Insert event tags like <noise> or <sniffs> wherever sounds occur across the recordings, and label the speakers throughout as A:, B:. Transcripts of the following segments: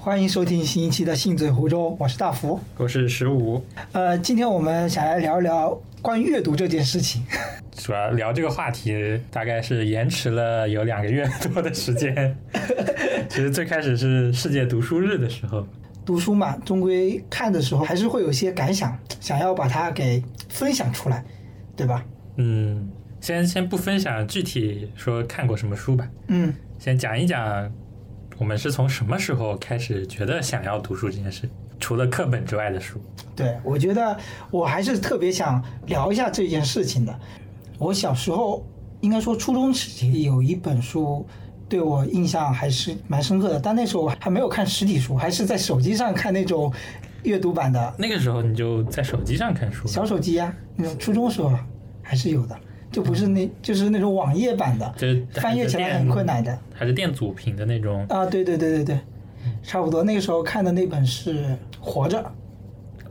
A: 欢迎收听新一期的《信嘴胡诌》，我是大福。
B: 我是十五，
A: 呃，今天我们想来聊一聊关于阅读这件事情。
B: 主要聊这个话题大概是延迟了有两个月多的时间。 <laughs> 其实最开始是世界读书日的时候，
A: 读书嘛，终归看的时候还是会有一些感想，想要把它给分享出来，对吧？
B: 嗯，先先不分享具体说看过什么书吧，
A: 嗯，
B: 先讲一讲我们是从什么时候开始觉得想要读书这件事，除了课本之外的书。
A: 对，我觉得我还是特别想聊一下这件事情的。我小时候，应该说初中时期有一本书对我印象还是蛮深刻的，但那时候我还没有看实体书，还是在手机上看那种阅读版的
B: 那个时候你就在手机上看书，
A: 小手机呀、那种初中时候还是有的，就不是那就是那种网页版的
B: 就是，
A: 翻阅起来很困难的。
B: 还是电阻屏的那种，
A: 啊，对对对对对，
B: 嗯
A: 差不多。那个时候看的那本是《活着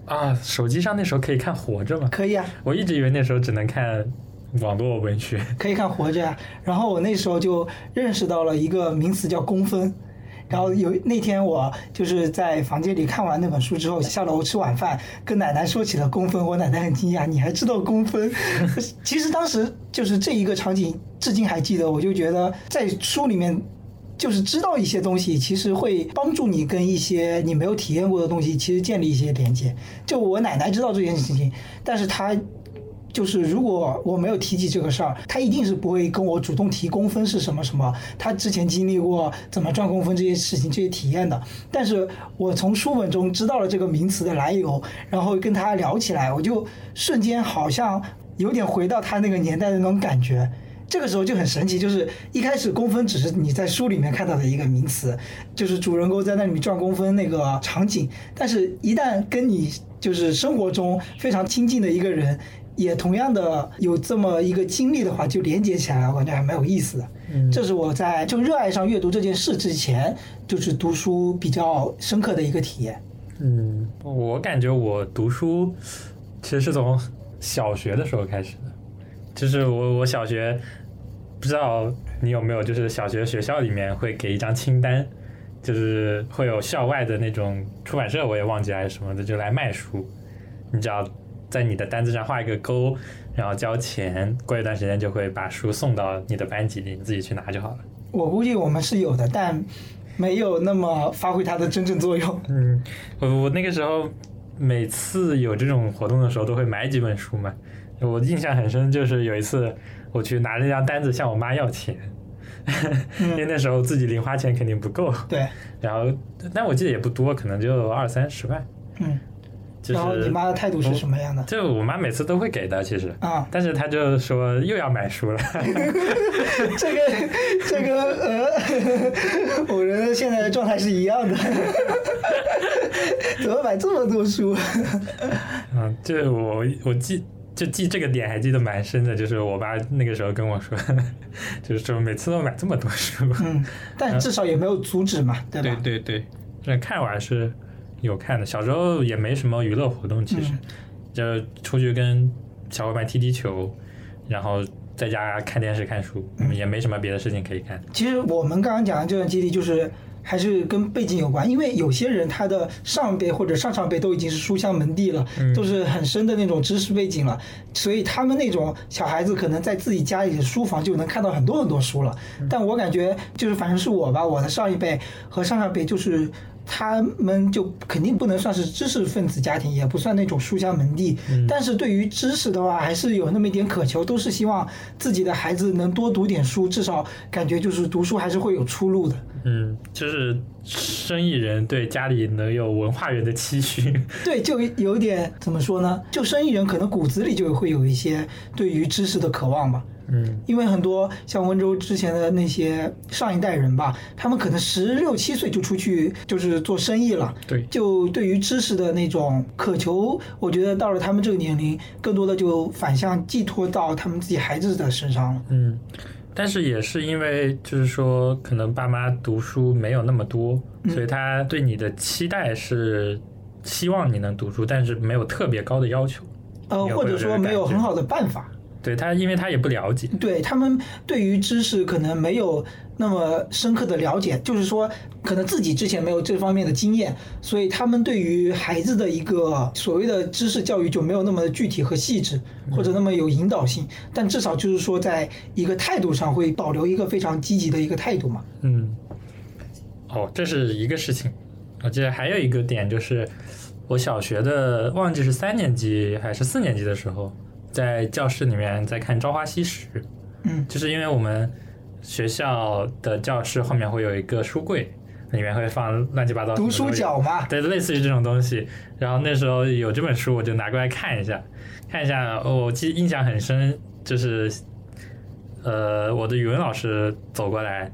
B: 啊，手机上那时候可以看《活着》》，吗？
A: 可以啊，
B: 我一直以为那时候只能看网络文学。
A: 可以看《活着》啊。然后我那时候就认识到了一个名词叫公分。然后有那天我就是在房间里看完那本书之后，下楼吃晚饭，跟奶奶说起了公分，我奶奶很惊讶，你还知道公分？ <laughs> 其实当时就是这一个场景，至今还记得。我就觉得在书里面就是知道一些东西，其实会帮助你跟一些你没有体验过的东西，其实建立一些连接。就我奶奶知道这件事情，但是她就是如果我没有提及这个事儿，她一定是不会跟我主动提公分是什么什么，她之前经历过怎么赚公分这些事情这些体验的。但是我从书本中知道了这个名词的来由，然后跟她聊起来，我就瞬间好像有点回到她那个年代的那种感觉。这个时候就很神奇，就是一开始公分只是你在书里面看到的一个名词，就是主人公在那里面赚公分那个场景，但是一旦跟你就是生活中非常亲近的一个人，也同样的有这么一个经历的话，就连接起来，我感觉还蛮有意思的。
B: 嗯
A: 这是我在就热爱上阅读这件事之前，就是读书比较深刻的一个体验。
B: 嗯，我感觉我读书其实是从小学的时候开始的，就是我我小学不知道你有没有，就是小学学校里面会给一张清单，就是会有校外的那种出版社，我也忘记还是什么的，就来卖书，你只要在你的单子上画一个勾，然后交钱，过一段时间就会把书送到你的班级里，你自己去拿就好了。
A: 我估计我们是有的，但没有那么发挥它的真正作用。
B: 嗯，我我那个时候每次有这种活动的时候，都会买几本书嘛。我印象很深，就是有一次我去拿着一张单子向我妈要钱，
A: 嗯
B: <laughs> 因为那时候自己零花钱肯定不够，
A: 对，
B: 然后但我记得也不多，可能就二三十万。
A: 嗯。
B: 就是、
A: 然后你妈的态度是什么样的？
B: 就我妈每次都会给的，其实
A: 啊
B: 但是她就说又要买书了， <laughs>
A: 这个这个呃，我觉得现在的状态是一样的。怎么买这么多书？
B: 嗯，这我我记就记这个点还记得蛮深的，就是我爸那个时候跟我说， <laughs> 就是说每次都买这么多书，
A: 嗯，但至少也没有阻止嘛，对吧？
B: 对对，那看我还是有看的。小时候也没什么娱乐活动，其实、就出去跟小伙伴踢踢球，然后在家看电视看书，也没什么别的事情可以干。
A: 其实我们刚刚讲的这段基地，就是还是跟背景有关，因为有些人他的上辈或者上上辈都已经是书香门第了，都是很深的那种知识背景了，所以他们那种小孩子可能在自己家里的书房就能看到很多很多书了。但我感觉就是反正是我吧，我的上一辈和上上辈就是。他们就肯定不能算是知识分子家庭，也不算那种书香门第，但是对于知识的话，还是有那么一点渴求，都是希望自己的孩子能多读点书，至少感觉就是读书还是会有出路的。
B: 嗯，就是生意人对家里能有文化人的期许。
A: 对，就有点怎么说呢？就生意人可能骨子里就会有一些对于知识的渴望吧。
B: <laughs> 嗯
A: 因为很多像温州之前的那些上一代人吧，他们可能十六七岁就出去就是做生意了，
B: 对
A: 就对于知识的那种渴求，我觉得到了他们这个年龄，更多的就反向寄托到他们自己孩子的身上了。
B: 嗯，但是也是因为就是说，可能爸妈读书没有那么多，所以他对你的期待是希望你能读书，但是没有特别高的要求。
A: 呃，
B: 也
A: 或
B: 会
A: 者
B: 有这
A: 说
B: 个
A: 没有
B: 感觉
A: 很好的办法，
B: 对他，因为他也不了解，
A: 对他们对于知识可能没有那么深刻的了解，就是说可能自己之前没有这方面的经验，所以他们对于孩子的一个所谓的知识教育就没有那么具体和细致，
B: 嗯
A: 或者那么有引导性。但至少就是说，在一个态度上会保留一个非常积极的一个态度嘛。
B: 嗯，哦，这是一个事情。我记得还有一个点就是，我小学的忘记是三年级还是四年级的时候，在教室里面在看《朝花夕拾》，
A: 嗯
B: 就是因为我们学校的教室后面会有一个书柜，里面会放乱七八糟
A: 读
B: 什么
A: 书
B: 东西
A: 角嘛，
B: 啊对，类似于这种东西。然后那时候有这本书，我就拿过来看一下，看一下。哦我记印象很深，就是呃，我的语文老师走过来，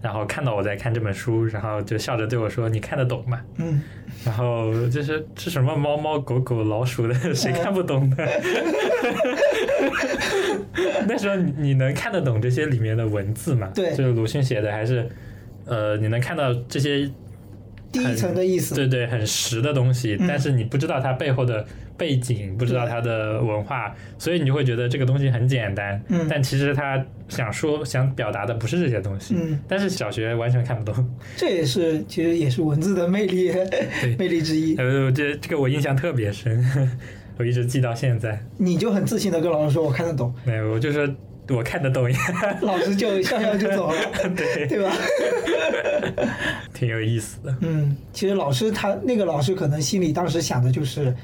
B: 然后看到我在看这本书，然后就笑着对我说：“你看得懂吗
A: 嗯，？”
B: 然后就是这什么猫猫狗狗老鼠的，谁看不懂呢？ <laughs> 那时候你你能看得懂这些里面的文字吗？
A: 对
B: 就是鲁迅写的，还是呃，你能看到这些
A: 第一层的意思，
B: 对对，很实的东西，
A: 嗯
B: 但是你不知道它背后的背景，不知道它的文化，所以你就会觉得这个东西很简单。
A: 嗯
B: 但其实他想说、想表达的不是这些东西。
A: 嗯
B: 但是小学完全看不懂。
A: 这也是其实也是文字的魅力魅力之一。
B: 呃，这这个我印象特别深， <laughs> 我一直记到现在。
A: 你就很自信的跟老师说我看得懂，
B: 对，我就说我看得懂 <laughs> 呀，
A: 老师就笑笑就走了，
B: 对，
A: 对吧？ <laughs>
B: 挺有意思的。
A: 嗯，其实老师他那个老师可能心里当时想的就是，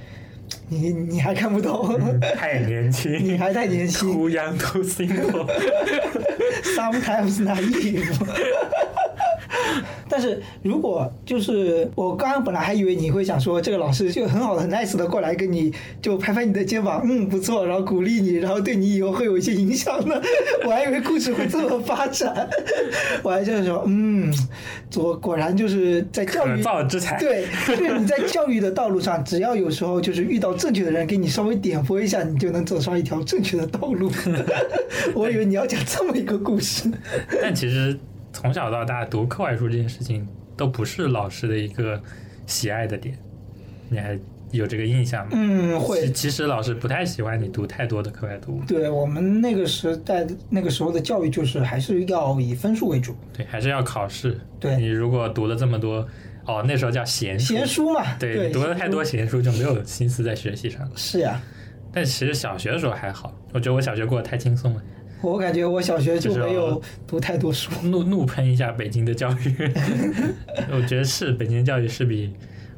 A: 你你还看不懂
B: 嗯，太
A: <laughs>
B: 年
A: 你
B: 轻
A: 还太年轻
B: ，Too young too single。
A: <laughs> ，sometimes naive。但是如果就是我刚刚本来还以为你会想说这个老师就很好很 nice 的过来跟你就拍拍你的肩膀，嗯不错，然后鼓励你，然后对你以后会有一些影响呢。 <laughs> 我还以为故事会这么发展，我还就是说嗯，我果然就是在教
B: 可
A: 育
B: 造之材。
A: 对，就是你在教育的道路上，只要有时候就是遇到正确的人，给你稍微点拨一下，你就能走上一条正确的道 <laughs> 路。我以为你要讲这么一个故事，
B: <laughs> 但其实从小到大读课外书这件事情都不是老师的一个喜爱的点，你还有这个印象吗？
A: 嗯，
B: 其
A: 会。
B: 其实老师不太喜欢你读太多的课外读物，
A: 对我们那个时代，那个时候的教育就是还是要以分数为主，
B: 对，还是要考试。
A: 对
B: 你如果读了这么多，哦，那时候叫闲书，
A: 闲书嘛。
B: 对，
A: 对，
B: 你读了太多
A: 闲
B: 闲书就没有心思在学习上了。
A: 书。是呀，
B: 但其实小学的时候还好，我觉得我小学过得太轻松了，
A: 我感觉我小学就
B: 就是
A: 没有读太多书。
B: 怒怒喷一下北京的教
A: <laughs>
B: 育， <laughs> 我觉得是北京教育是比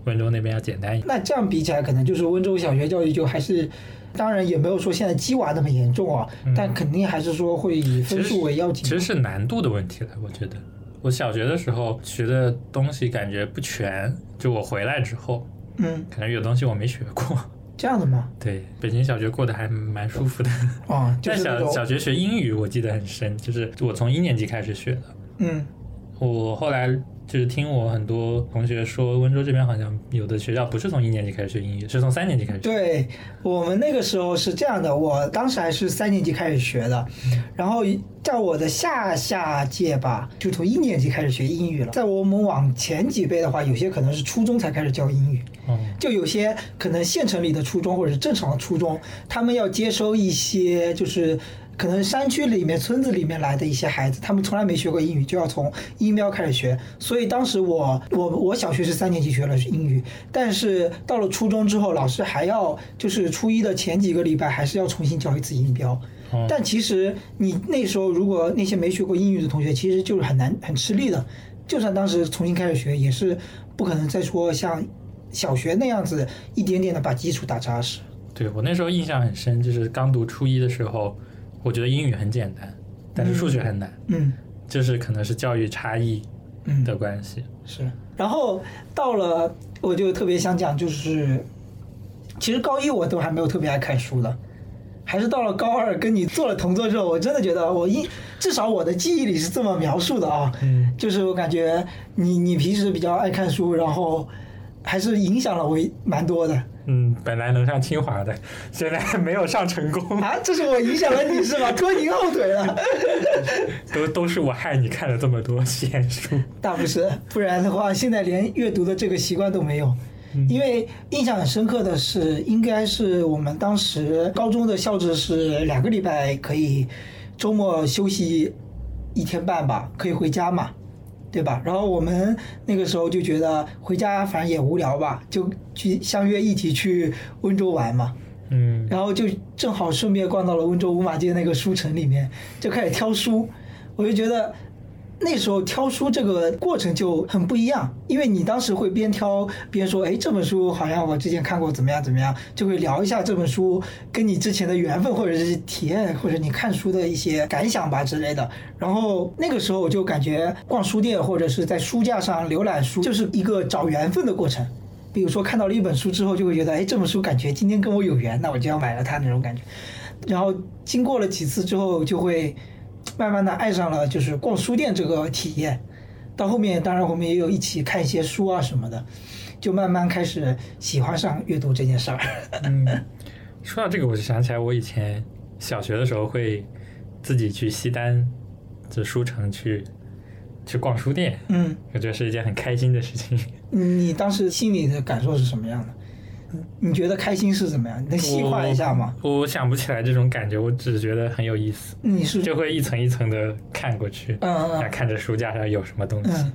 B: 温州那边要简单一点。
A: 那这样比起来，可能就是温州小学教育就还是，当然也没有说现在鸡娃那么严重啊，但肯定还是说会以分数为要紧
B: 其。实是难度的问题了，我觉得。我小学的时候学的东西感觉不全，就我回来之后，
A: 嗯，
B: 感觉有东西我没学过。 <laughs>
A: 这样的吗？
B: 对，北京小学过得还蛮舒服的。
A: 啊， <laughs> 就
B: 在
A: 是那
B: 小
A: 种
B: 小学学英语，我记得很深，就是我从一年级开始学的。
A: 嗯
B: 我后来就是听我很多同学说，温州这边好像有的学校不是从一年级开始学英语，是从三年级开始学。
A: 对我们那个时候是这样的，我当时还是三年级开始学的，然后在我的下下届吧，就从一年级开始学英语了。在我们往前几辈的话，有些可能是初中才开始教英语，
B: 哦，
A: 就有些可能县城里的初中或者是正常的初中，他们要接收一些就是。可能山区里面、村子里面来的一些孩子，他们从来没学过英语，就要从音标开始学。所以当时我、我、我小学是三年级学了英语，但是到了初中之后，老师还要就是初一的前几个礼拜还是要重新教一次音标。
B: 哦
A: 但其实你那时候如果那些没学过英语的同学，其实就是很难很吃力的。就算当时重新开始学，也是不可能再说像小学那样子一点点的把基础打扎实。
B: 对我那时候印象很深，就是刚读初一的时候，我觉得英语很简单，但是数学很难。
A: 嗯
B: 就是可能是教育差异
A: 嗯，
B: 的关系。
A: 是。然后到了，我就特别想讲，就是其实高一我都还没有特别爱看书的，还是到了高二跟你做了同桌之后，我真的觉得我一至少我的记忆里是这么描述的啊，
B: 嗯
A: 就是我感觉你你平时比较爱看书，然后还是影响了我一蛮多的
B: 嗯，本来能上清华的， <laughs> 现在没有上成功， <laughs>
A: 啊，这是我影响了你是吧？拖您后腿了。
B: 都都是我害你看了这么多闲书。
A: 大不是，不然的话，现在连阅读的这个习惯都没有。因为印象很深刻的是，应该是我们当时高中的校制是两个礼拜可以周末休息一天半吧，可以回家嘛，对吧？然后我们那个时候就觉得回家反正也无聊吧，就去相约一起去温州玩嘛。
B: 嗯，
A: 然后就正好顺便逛到了温州五马街那个书城里面，就开始挑书。我就觉得那时候挑书这个过程就很不一样，因为你当时会边挑边说，哎，这本书好像我之前看过，怎么样怎么样，就会聊一下这本书跟你之前的缘分，或者是体验，或者你看书的一些感想吧之类的。然后那个时候我就感觉逛书店或者是在书架上浏览书，就是一个找缘分的过程。比如说看到了一本书之后，就会觉得，哎，这本书感觉今天跟我有缘，那我就要买了它那种感觉。然后经过了几次之后，就会慢慢的爱上了就是逛书店这个体验。到后面，当然我们也有一起看一些书啊什么的，就慢慢开始喜欢上阅读这件事儿。 <laughs>
B: 嗯，说到这个，我就想起来，我以前小学的时候会自己去西单这书城去去逛书店，
A: 嗯，
B: 我觉得是一件很开心的事情。
A: 你当时心里的感受是什么样的？你觉得开心是怎么样？你能细化一下吗？
B: 我？我想不起来这种感觉，我只是觉得很有意思，
A: 你是
B: <laughs> 就会一层一层的看过去，
A: 嗯嗯
B: 然后看着书架上有什么东西。
A: 嗯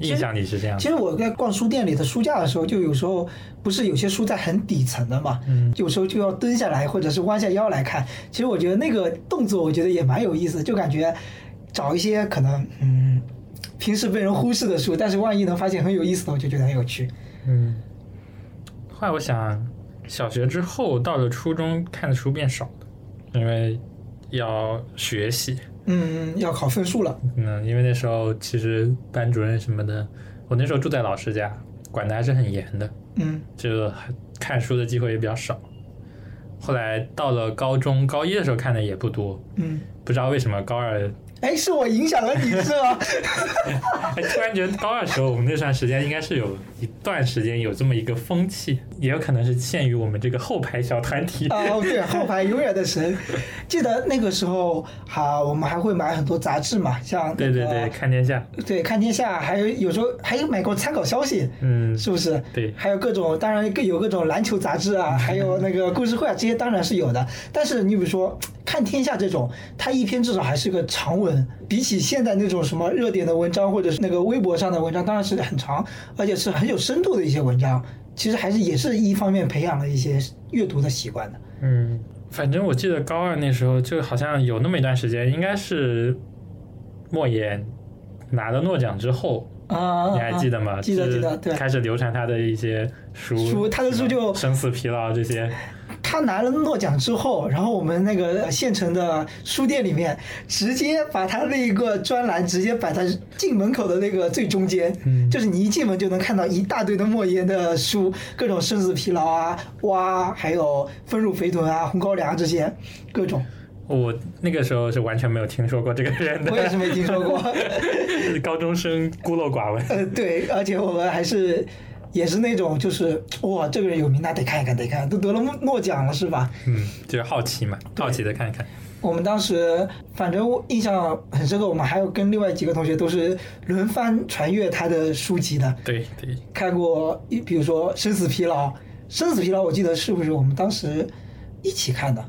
B: 印象里是这样
A: 其
B: 的，
A: 实我在逛书店里的书架的时候，就有时候不是有些书在很底层的嘛，
B: 嗯
A: 有时候就要蹲下来或者是弯下腰来看。其实我觉得那个动作，我觉得也蛮有意思，就感觉找一些可能嗯平时被人忽视的书，但是万一能发现很有意思的，我就觉得很有趣。
B: 嗯。后来我想，小学之后到了初中看的书变少了，因为要学习，
A: 嗯，要考分数了，
B: 嗯，因为那时候其实班主任什么的，我那时候住在老师家，管的还是很严的，
A: 嗯
B: 就看书的机会也比较少。后来到了高中高一的时候看的也不多，
A: 嗯，
B: 不知道为什么高二，
A: 哎，是我影响了你是吗？ <laughs>
B: <laughs> 哎，突然觉得高二时候我们那段时间应该是有一段时间有这么一个风气，也有可能是限于我们这个后排小团
A: <laughs>
B: 体。
A: 啊、对，后排永远的神。记得那个时候，哈、我们还会买很多杂志嘛，像、那
B: 对
A: 个、
B: 对对，看天下，
A: 对，看天下，还有有时候还有买过参考消息，
B: 嗯，
A: 是不是？
B: 对
A: 还有各种，当然更有各种篮球杂志啊，还有那个故事会啊，这些当然是有的。但是你比如说看天下这种，它一篇至少还是个长文，比起现在那种什么热点的文章或者是那个微博上的文章，当然是很长，而且是很有深度的一些文章。其实还是也是一方面培养了一些阅读的习惯的。
B: 嗯，反正我记得高二那时候就好像有那么一段时间，应该是莫言拿了诺奖之后，
A: 啊，
B: 你还记得吗？
A: 记得
B: 就是
A: 记得，对。
B: 开始流传他的一些书，
A: 书他的书就
B: 什么生死疲劳这些，
A: 他拿了诺奖之后，然后我们那个县城的书店里面，直接把他那个专栏直接摆在进门口的那个最中间，
B: 嗯
A: 就是你一进门就能看到一大堆的莫言的书，各种生死疲劳啊、蛙，还有丰乳肥臀啊、红高粱这些各种，
B: 我那个时候是完全没有听说过这个人的，
A: 我也是没听说过。
B: <laughs> 高中生孤陋寡闻。
A: 呃，对，而且我们还是。也是那种，就是哇，这个人有名，那得看一看，得看，都得了诺诺奖了，是吧？
B: 嗯，就是好奇嘛，好奇的看一看。
A: 我们当时反正我印象很深刻，我们还有跟另外几个同学都是轮番传阅他的书籍的，
B: 对对，
A: 看过一比如说《生死疲劳》，《生死疲劳》我记得是不是我们当时一起看的，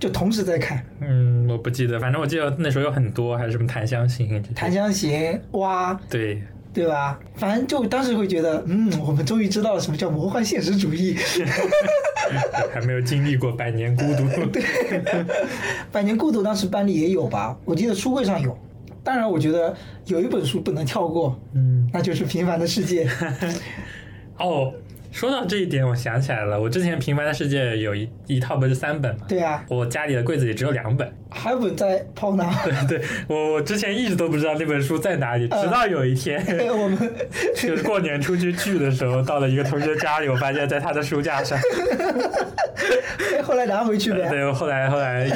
A: 就同时在看
B: 嗯，我不记得，反正我记得那时候有很多，还有什么檀香刑这
A: 《
B: 些。
A: 檀香刑》哇，
B: 对， <laughs>
A: 对吧？反正就当时会觉得，嗯，我们终于知道了什么叫魔幻现实主义。 <laughs>
B: 还没有经历过百年孤独。 <laughs> 对，
A: 百年孤独当时班里也有吧，我记得书柜上有。当然，我觉得有一本书不能跳过，
B: 嗯，
A: 那就是《平凡的世界》。
B: 哦，说到这一点，我想起来了，我之前《平凡的世界》有一一套不是三本嘛，
A: 对啊，
B: 我家里的柜子里只有两本。 <laughs>
A: 还有本在抛呢。
B: 对我，我之前一直都不知道那本书在哪里，直到有一天。 <laughs>
A: 对， <laughs> 我们
B: 就是过年出去聚的时候，到了一个同学家里，我发现在他的书架上。
A: 哎后来拿回去呗。
B: 对，我后来后来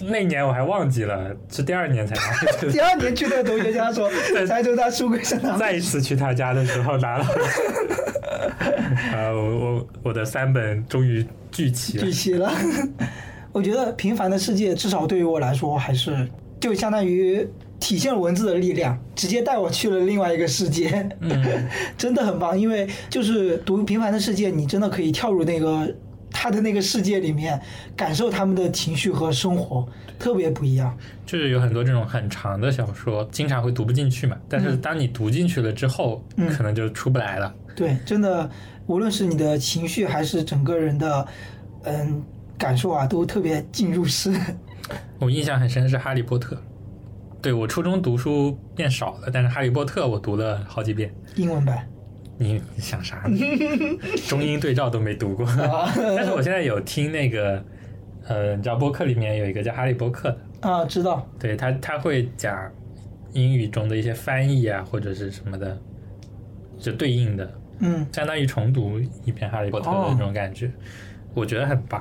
B: 那年我还忘记了，是第二年才拿回去
A: <laughs>
B: 的。
A: 第二年去那个同学家说，才从他书柜上拿。
B: 再一次去他家的时候拿了。 <laughs> 啊，我我我的三本终于聚
A: 聚
B: 齐了。
A: 齐了。 <laughs> 我觉得《平凡的世界》至少对于我来说还是就相当于体现文字的力量，直接带我去了另外一个世界， <laughs> 真的很棒。因为就是读《平凡的世界》，你真的可以跳入那个他的那个世界里面，感受他们的情绪和生活，特别不一样。
B: 就是有很多这种很长的小说，经常会读不进去嘛。但是当你读进去了之后，
A: 嗯
B: 可能就出不来了。
A: 对，真的，无论是你的情绪还是整个人的，嗯，感受啊，都特别进入式。
B: 我印象很深是《哈利波特》，对我初中读书变少了，但是《哈利波特》我读了好几遍。
A: 英文版
B: 你你想啥呢？中英对照都没读过，
A: 啊
B: <coughs> 但是我现在有听那个，呃，你知道播客里面有一个叫哈利波克的，
A: 啊，知道
B: 对他他会讲英语中的一些翻译啊或者是什么的，就对应的，
A: 嗯，
B: 相当于重读一遍《哈利波特》的那种感觉，我觉得很棒。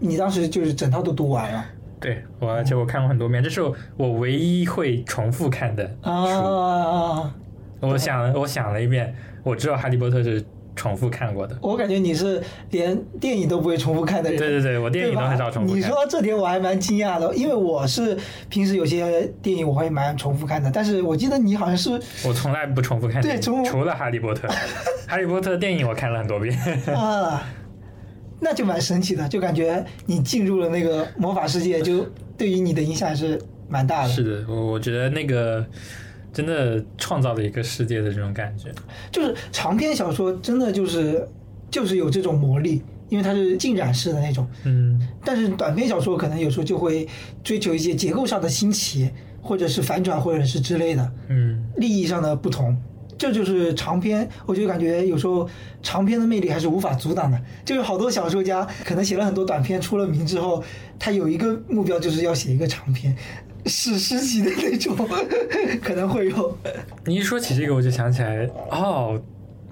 A: 你当时就是整套都读完了
B: 对我，而且我看过很多遍，这是我我唯一会重复看的书。
A: 啊！
B: 我想我想了一遍，我知道《哈利波特》是重复看过的。
A: 我感觉你是连电影都不会重复看的人，
B: 对对对，我电影
A: 对
B: 都
A: 吧
B: 很少重复看。
A: 你说到这点我还蛮惊讶的，因为我是平时有些电影我会蛮重复看的，但是我记得你好像是
B: 我从来不重复看
A: 对
B: 电影，
A: 重复
B: 除了《哈利波特》， <laughs> 《哈利波特》电影我看了很多遍。 <laughs>
A: 啊，那就蛮神奇的，就感觉你进入了那个魔法世界，就对于你的影响还是蛮大的。
B: 是的，我我觉得那个真的创造了一个世界的这种感觉。
A: 就是长篇小说真的就是就是有这种魔力，因为它是浸染式的那种。
B: 嗯，
A: 但是短篇小说可能有时候就会追求一些结构上的新奇，或者是反转，或者是之类的。
B: 嗯，
A: 利益上的不同。这就是长篇，我就感觉有时候长篇的魅力还是无法阻挡的。就有好多小说家可能写了很多短篇，出了名之后，他有一个目标就是要写一个长篇，史诗级的那种， <laughs> 可能会有。
B: 你一说起这个，我就想起来，哦，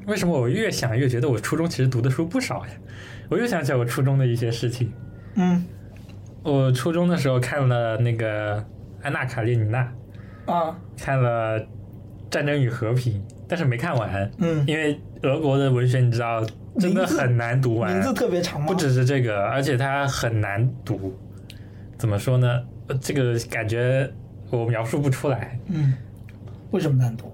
B: 为什么我越想越觉得我初中其实读的书不少呀？我又想起来我初中的一些事情。
A: 嗯
B: 我初中的时候看了那个《安娜·卡列尼娜》，
A: 啊
B: 看了《战争与和平》，但是没看完，
A: 嗯，
B: 因为俄国的文学你知道真的
A: 名字
B: 很难读完，
A: 名字特别长吗？
B: 不只是这个，而且它很难读。怎么说呢？呃这个感觉我描述不出来。
A: 嗯，为什么难读？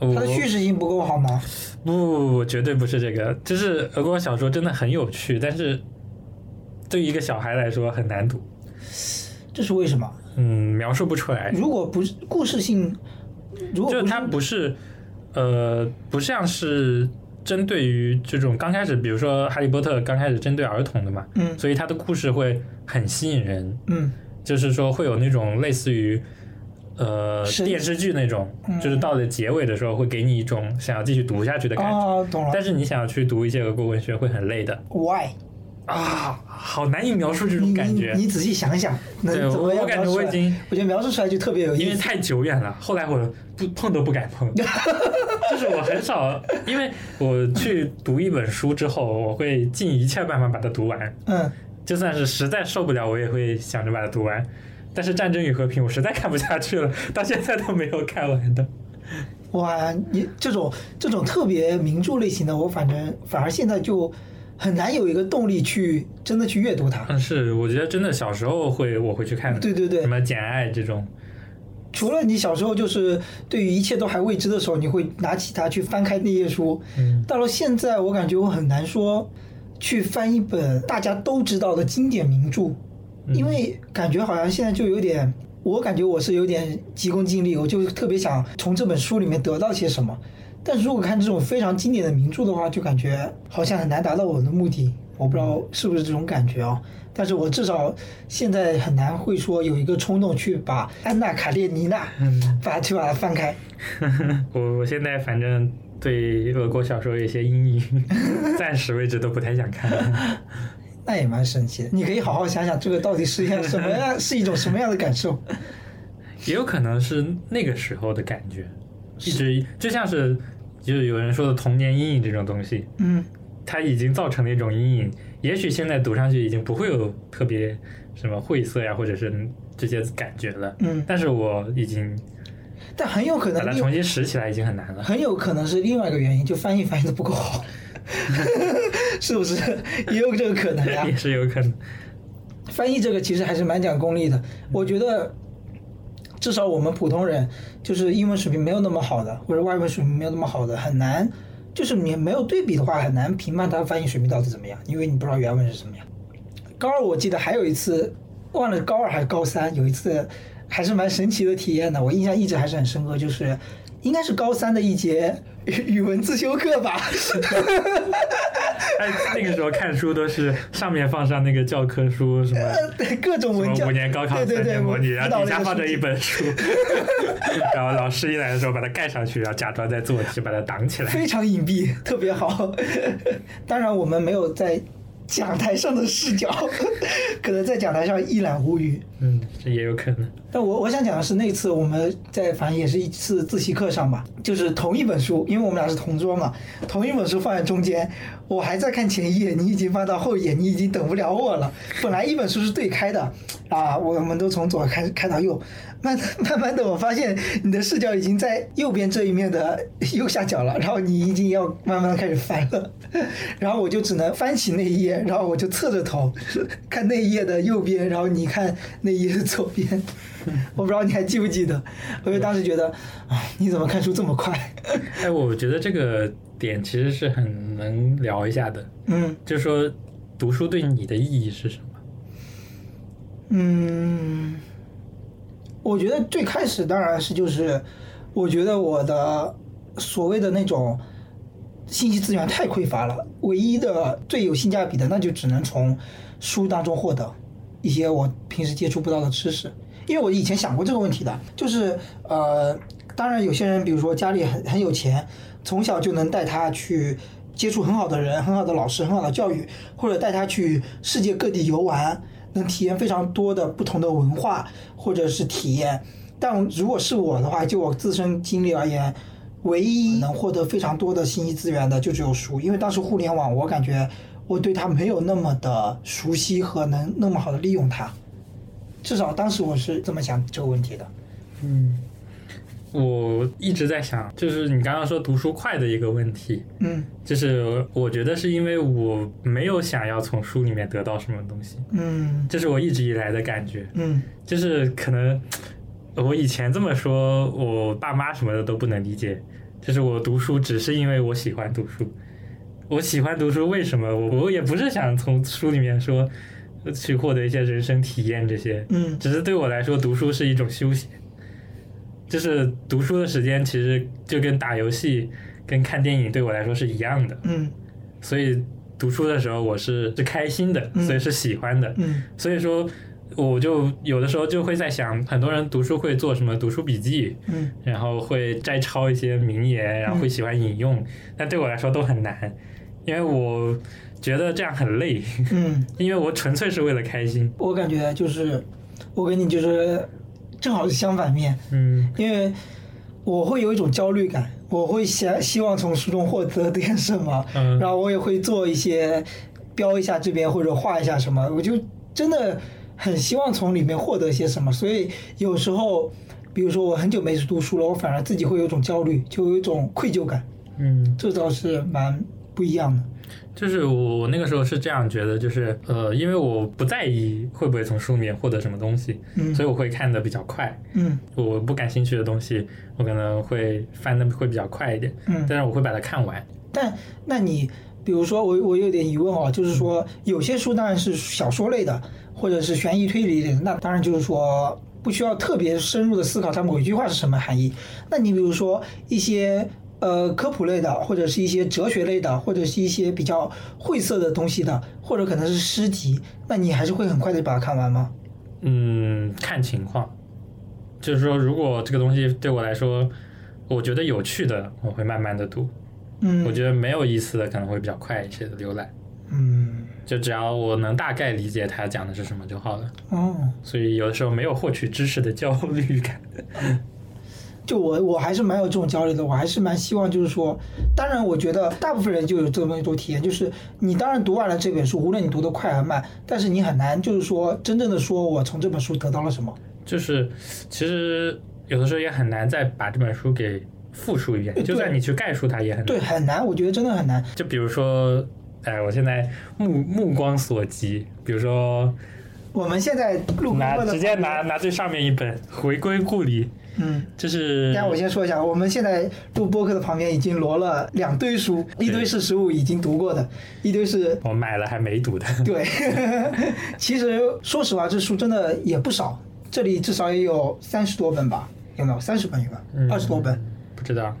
B: 我
A: 它的叙事性不够好吗？
B: 不不不，绝对不是这个。就是俄国小说真的很有趣，但是对于一个小孩来说很难读，
A: 这是为什么？
B: 嗯，描述不出来。
A: 如果不是故事性，如果
B: 就
A: 不
B: 是它不是，呃，不像是针对于这种刚开始，比如说《哈利波特》刚开始针对儿童的嘛，
A: 嗯
B: 所以它的故事会很吸引人，
A: 嗯
B: 就是说会有那种类似于呃
A: 神
B: 电视剧那种，
A: 嗯
B: 就是到了结尾的时候会给你一种想要继续读下去的感觉。
A: 啊，懂了
B: 但是你想要去读一些俄国文学会很累的
A: ，why？
B: 啊，好难以描述这
A: 你
B: 种感觉
A: 你。你仔细想想，
B: 对
A: 能怎
B: 我
A: 么样
B: 我感
A: 描
B: 觉
A: 述出
B: 我已
A: 来？
B: 经
A: 我觉得描述出来就特别有
B: 因
A: 意
B: 为
A: 思。
B: 太久远了，后来我不碰都不敢碰， <laughs> 就是我很少，因为我去读一本书之后，我会尽一切办法把它读完，
A: 嗯，
B: 就算是实在受不了，我也会想着把它读完。但是《战争与和平》我实在看不下去了，到现在都没有看完的。
A: 哇，你这种这种特别名著类型的，我反正反而现在就很难有一个动力去真的去阅读它。
B: 嗯，是，我觉得真的小时候会我会去看的，
A: 对对对
B: 什，么《简爱》这种， <laughs>
A: 除了你小时候就是对于一切都还未知的时候，你会拿起它去翻开那页书。
B: 嗯
A: 到了现在，我感觉我很难说去翻一本大家都知道的经典名著，
B: 嗯
A: 因为感觉好像现在就有点，我感觉我是有点急功近利，我就特别想从这本书里面得到些什么。但是如果看这种非常经典的名著的话，就感觉好像很难达到我的目的。我不知道是不是这种感觉啊，但是我至少现在很难会说有一个冲动去把《安娜·卡列尼娜》
B: 嗯
A: 把去把它翻开。
B: 我我现在反正对俄国小说有一些阴影， <laughs> 暂时为止都不太想看。
A: 那也蛮神奇的。你可以好好想想，这个到底是一样什么样，
B: <laughs>
A: 是一种什么样的感受？
B: 也有可能是那个时候的感觉，一直就像是就是有人说的童年阴影这种东西，
A: 嗯，
B: 它已经造成了一种阴影。也许现在读上去已经不会有特别什么晦涩呀，或者是这些感觉了。
A: 嗯
B: 但是我已经
A: 但很有可
B: 把它
A: 能
B: 重
A: 另，
B: 新拾起来已经很难了。
A: 很有可能是另外一个原因，就翻译翻译的不够好， <laughs> 是不是？也有这个可能呀、
B: <laughs> 也是有可能，
A: 翻译这个其实还是蛮讲功力的。我觉得至少我们普通人就是英文水平没有那么好的，或者外文水平没有那么好的，很难就是你没有对比的话，很难评判他翻译水平到底怎么样，因为你不知道原文是什么样。高二我记得还有一次，忘了高二还是高三，有一次还是蛮神奇的体验的，我印象一直还是很深刻，就是应该是高三的一节语语文自修课
B: <laughs>
A: 吧。
B: 哎，那个时候看书都是上面放上那个教科书什么。
A: 呃，对各种
B: 什
A: 文
B: 么
A: 件，
B: 五年高考
A: 对对
B: 三
A: 对，
B: 年模拟，
A: 我
B: 然
A: 辅
B: 后
A: 导
B: 底
A: 那
B: 下
A: 个
B: 放
A: 书
B: 着一
A: 籍 <laughs>
B: 本书，然后老师一来的时候把它盖上去，然后假装在做题，把它挡起来。
A: 非常隐蔽， <laughs> 特别好。当然，我们没有在讲台上的视角， <laughs> 可能在讲台上一览无余。
B: 嗯，这也有可能。
A: 但我我想讲的是，那次我们在反正也是一次自习课上吧，就是同一本书，因为我们俩是同桌嘛，同一本书放在中间，我还在看前一页，你已经翻到后一页，你已经等不了我了。本来一本书是对开的，啊，我们都从左开开到右，慢慢慢的我发现你的视角已经在右边这一面的右下角了，然后你已经要慢慢的开始翻了， <laughs> 然后我就只能翻起那一页，然后我就侧着头看那一页的右边，然后你看那一页的左边。 <laughs> 我不知道你还记不记得，我就当时觉得，啊，你怎么看书这么快？ <laughs>
B: 哎，我觉得这个点其实是很能聊一下的，
A: 嗯
B: 就是说读书对你的意义是什么？
A: 嗯，我觉得最开始当然是就是，我觉得我的所谓的那种信息资源太匮乏了，唯一的最有性价比的，那就只能从书当中获得一些我平时接触不到的知识。因为我以前想过这个问题的，就是呃，当然有些人，比如说家里很很有钱，从小就能带他去接触很好的人、很好的老师、很好的教育，或者带他去世界各地游玩，能体验非常多的不同的文化或者是体验。但如果是我的话，就我自身经历而言，唯一能获得非常多的信息资源的就只有书，因为当时互联网，我感觉我对它没有那么的熟悉和能那么好的利用它。至少当时我是这么想这个问题的。
B: 嗯，我一直在想，就是你刚刚说读书快的一个问题，
A: 嗯
B: 就是我觉得是因为我没有想要从书里面得到什么东西，
A: 嗯
B: 这是我一直以来的感觉，
A: 嗯
B: 就是可能我以前这么说，我爸妈什么的都不能理解，就是我读书只是因为我喜欢读书，我喜欢读书为什么？我我也不是想从书里面说去获得一些人生体验这些，
A: 嗯
B: 只是对我来说，读书是一种休闲，就是读书的时间其实就跟打游戏、跟看电影对我来说是一样的，
A: 嗯
B: 所以读书的时候我是是开心的，
A: 嗯
B: 所以是喜欢的，
A: 嗯
B: 所以说我就有的时候就会在想，很多人读书会做什么读书笔记，
A: 嗯
B: 然后会摘抄一些名言，然后会喜欢引用，但对我来说都很难，因为我觉得这样很累， <laughs>
A: 嗯，
B: 因为我纯粹是为了开心，
A: 我感觉就是我跟你就是正好是相反面，
B: 嗯
A: 因为我会有一种焦虑感，我会想希望从书中获得点什么，
B: 嗯
A: 然后我也会做一些标一下这边或者画一下什么，我就真的很希望从里面获得些什么，所以有时候。比如说，我很久没读书了，我反而自己会有一种焦虑，就有一种愧疚感，
B: 嗯。
A: 这倒是蛮不一样的。
B: 就是我我那个时候是这样觉得，就是呃，因为我不在意会不会从书里面获得什么东西，
A: 嗯
B: 所以我会看的比较快。
A: 嗯
B: 我不感兴趣的东西，我可能会翻的会比较快一点，
A: 嗯
B: 但是我会把它看完。
A: 但那你比如说我我有点疑问哦，就是说有些书当然是小说类的，或者是悬疑推理类的，那当然就是说不需要特别深入的思考它某一句话是什么含义。那你比如说一些呃科普类的，或者是一些哲学类的，或者是一些比较晦涩的东西的，或者可能是诗集，那你还是会很快的把它看完吗？
B: 嗯，看情况，就是说，如果这个东西对我来说，我觉得有趣的，我会慢慢的读；
A: 嗯，
B: 我觉得没有意思的，可能会比较快一些的浏览。
A: 嗯
B: 就只要我能大概理解他讲的是什么就好了。
A: 哦。
B: 所以有的时候没有获取知识的焦虑感。 <laughs>
A: 就我我还是蛮有这种焦虑的，我还是蛮希望就是说，当然我觉得大部分人就有这么一种体验，就是你当然读完了这本书，无论你读得快还慢，但是你很难就是说真正的说我从这本书得到了什么。
B: 就是其实有的时候也很难再把这本书给复述一遍，
A: 对
B: 就算你去概述它也很难。
A: 对，很难，我觉得真的很难。
B: 就比如说，哎，我现在目目光所及，比如说
A: 我们现在录功
B: 拿
A: 课的
B: 直接拿拿最上面一本《回归故里》，
A: 嗯。
B: 就是
A: 但我先说一下，我们现在录播客的旁边已经摞了两堆书，一堆是实物已经读过的，一堆是
B: 我买了还没读的。 <laughs>
A: 对， <laughs> 其实说实话，这书真的也不少，这里至少也有三十多本吧，有没有？三十本有吧？
B: 嗯
A: 二十多本
B: 不知道，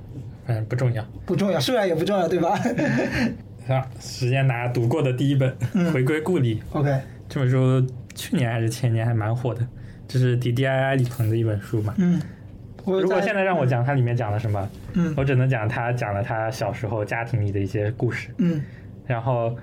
B: 反正不重要。
A: 不重要，数量也不重要，对吧 <laughs>
B: 啊，时间拿读过的第一本
A: 嗯
B: 《回归故里》
A: ？OK，
B: 这本书，去年还是前年还蛮火的，这是 DDII 李鹏的一本书嘛。
A: 嗯，我
B: 如果
A: 在
B: 现在让我讲它里面讲了什么，
A: 嗯
B: 我只能讲他讲了他小时候家庭里的一些故事，
A: 嗯
B: 然后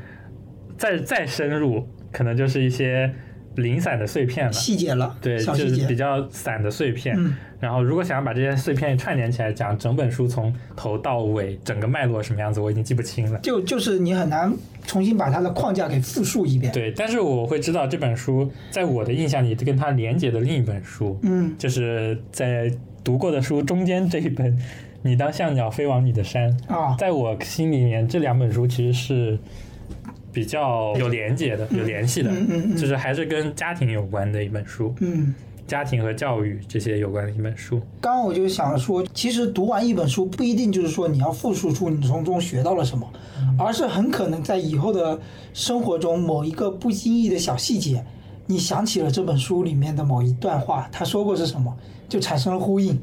B: 再再深入，可能就是一些零散的碎片了。
A: 细节了，
B: 对，
A: 小
B: 就
A: 细
B: 是比
A: 节，
B: 较散的碎片。
A: 嗯
B: 然后，如果想要把这些碎片串联起来讲，整本书从头到尾整个脉络什么样子，我已经记不清了。
A: 就就是你很难重新把它的框架给复述一遍。
B: 对，但是我会知道这本书在我的印象里跟它连接的另一本书，
A: 嗯，
B: 就是在读过的书中间这一本《你当象鸟飞往你的山》。
A: 啊，
B: 在我心里面，这两本书其实是比较有连接的、有联系的，
A: 嗯嗯嗯
B: 就是还是跟家庭有关的一本书，
A: 嗯。
B: 家庭和教育这些有关的一本书。
A: 刚刚我就想说，其实读完一本书不一定就是说你要复述出你从中学到了什么，而是很可能在以后的生活中某一个不经意的小细节，你想起了这本书里面的某一段话，他说过是什么，就产生了呼应。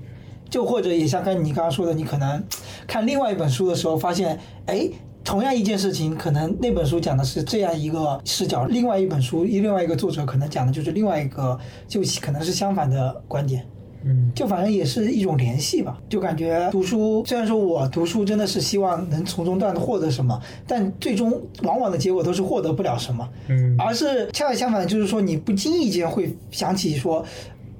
A: 就或者也像跟你刚刚说的，你可能看另外一本书的时候，发现，哎，同样一件事情，可能那本书讲的是这样一个视角，另外一本书另外一个作者可能讲的就是另外一个，就可能是相反的观点。
B: 嗯，
A: 就反正也是一种联系吧，就感觉读书，虽然说我读书真的是希望能从中段获得什么，但最终往往的结果都是获得不了什么，
B: 嗯
A: 而是恰恰相反，就是说你不经意间会想起说，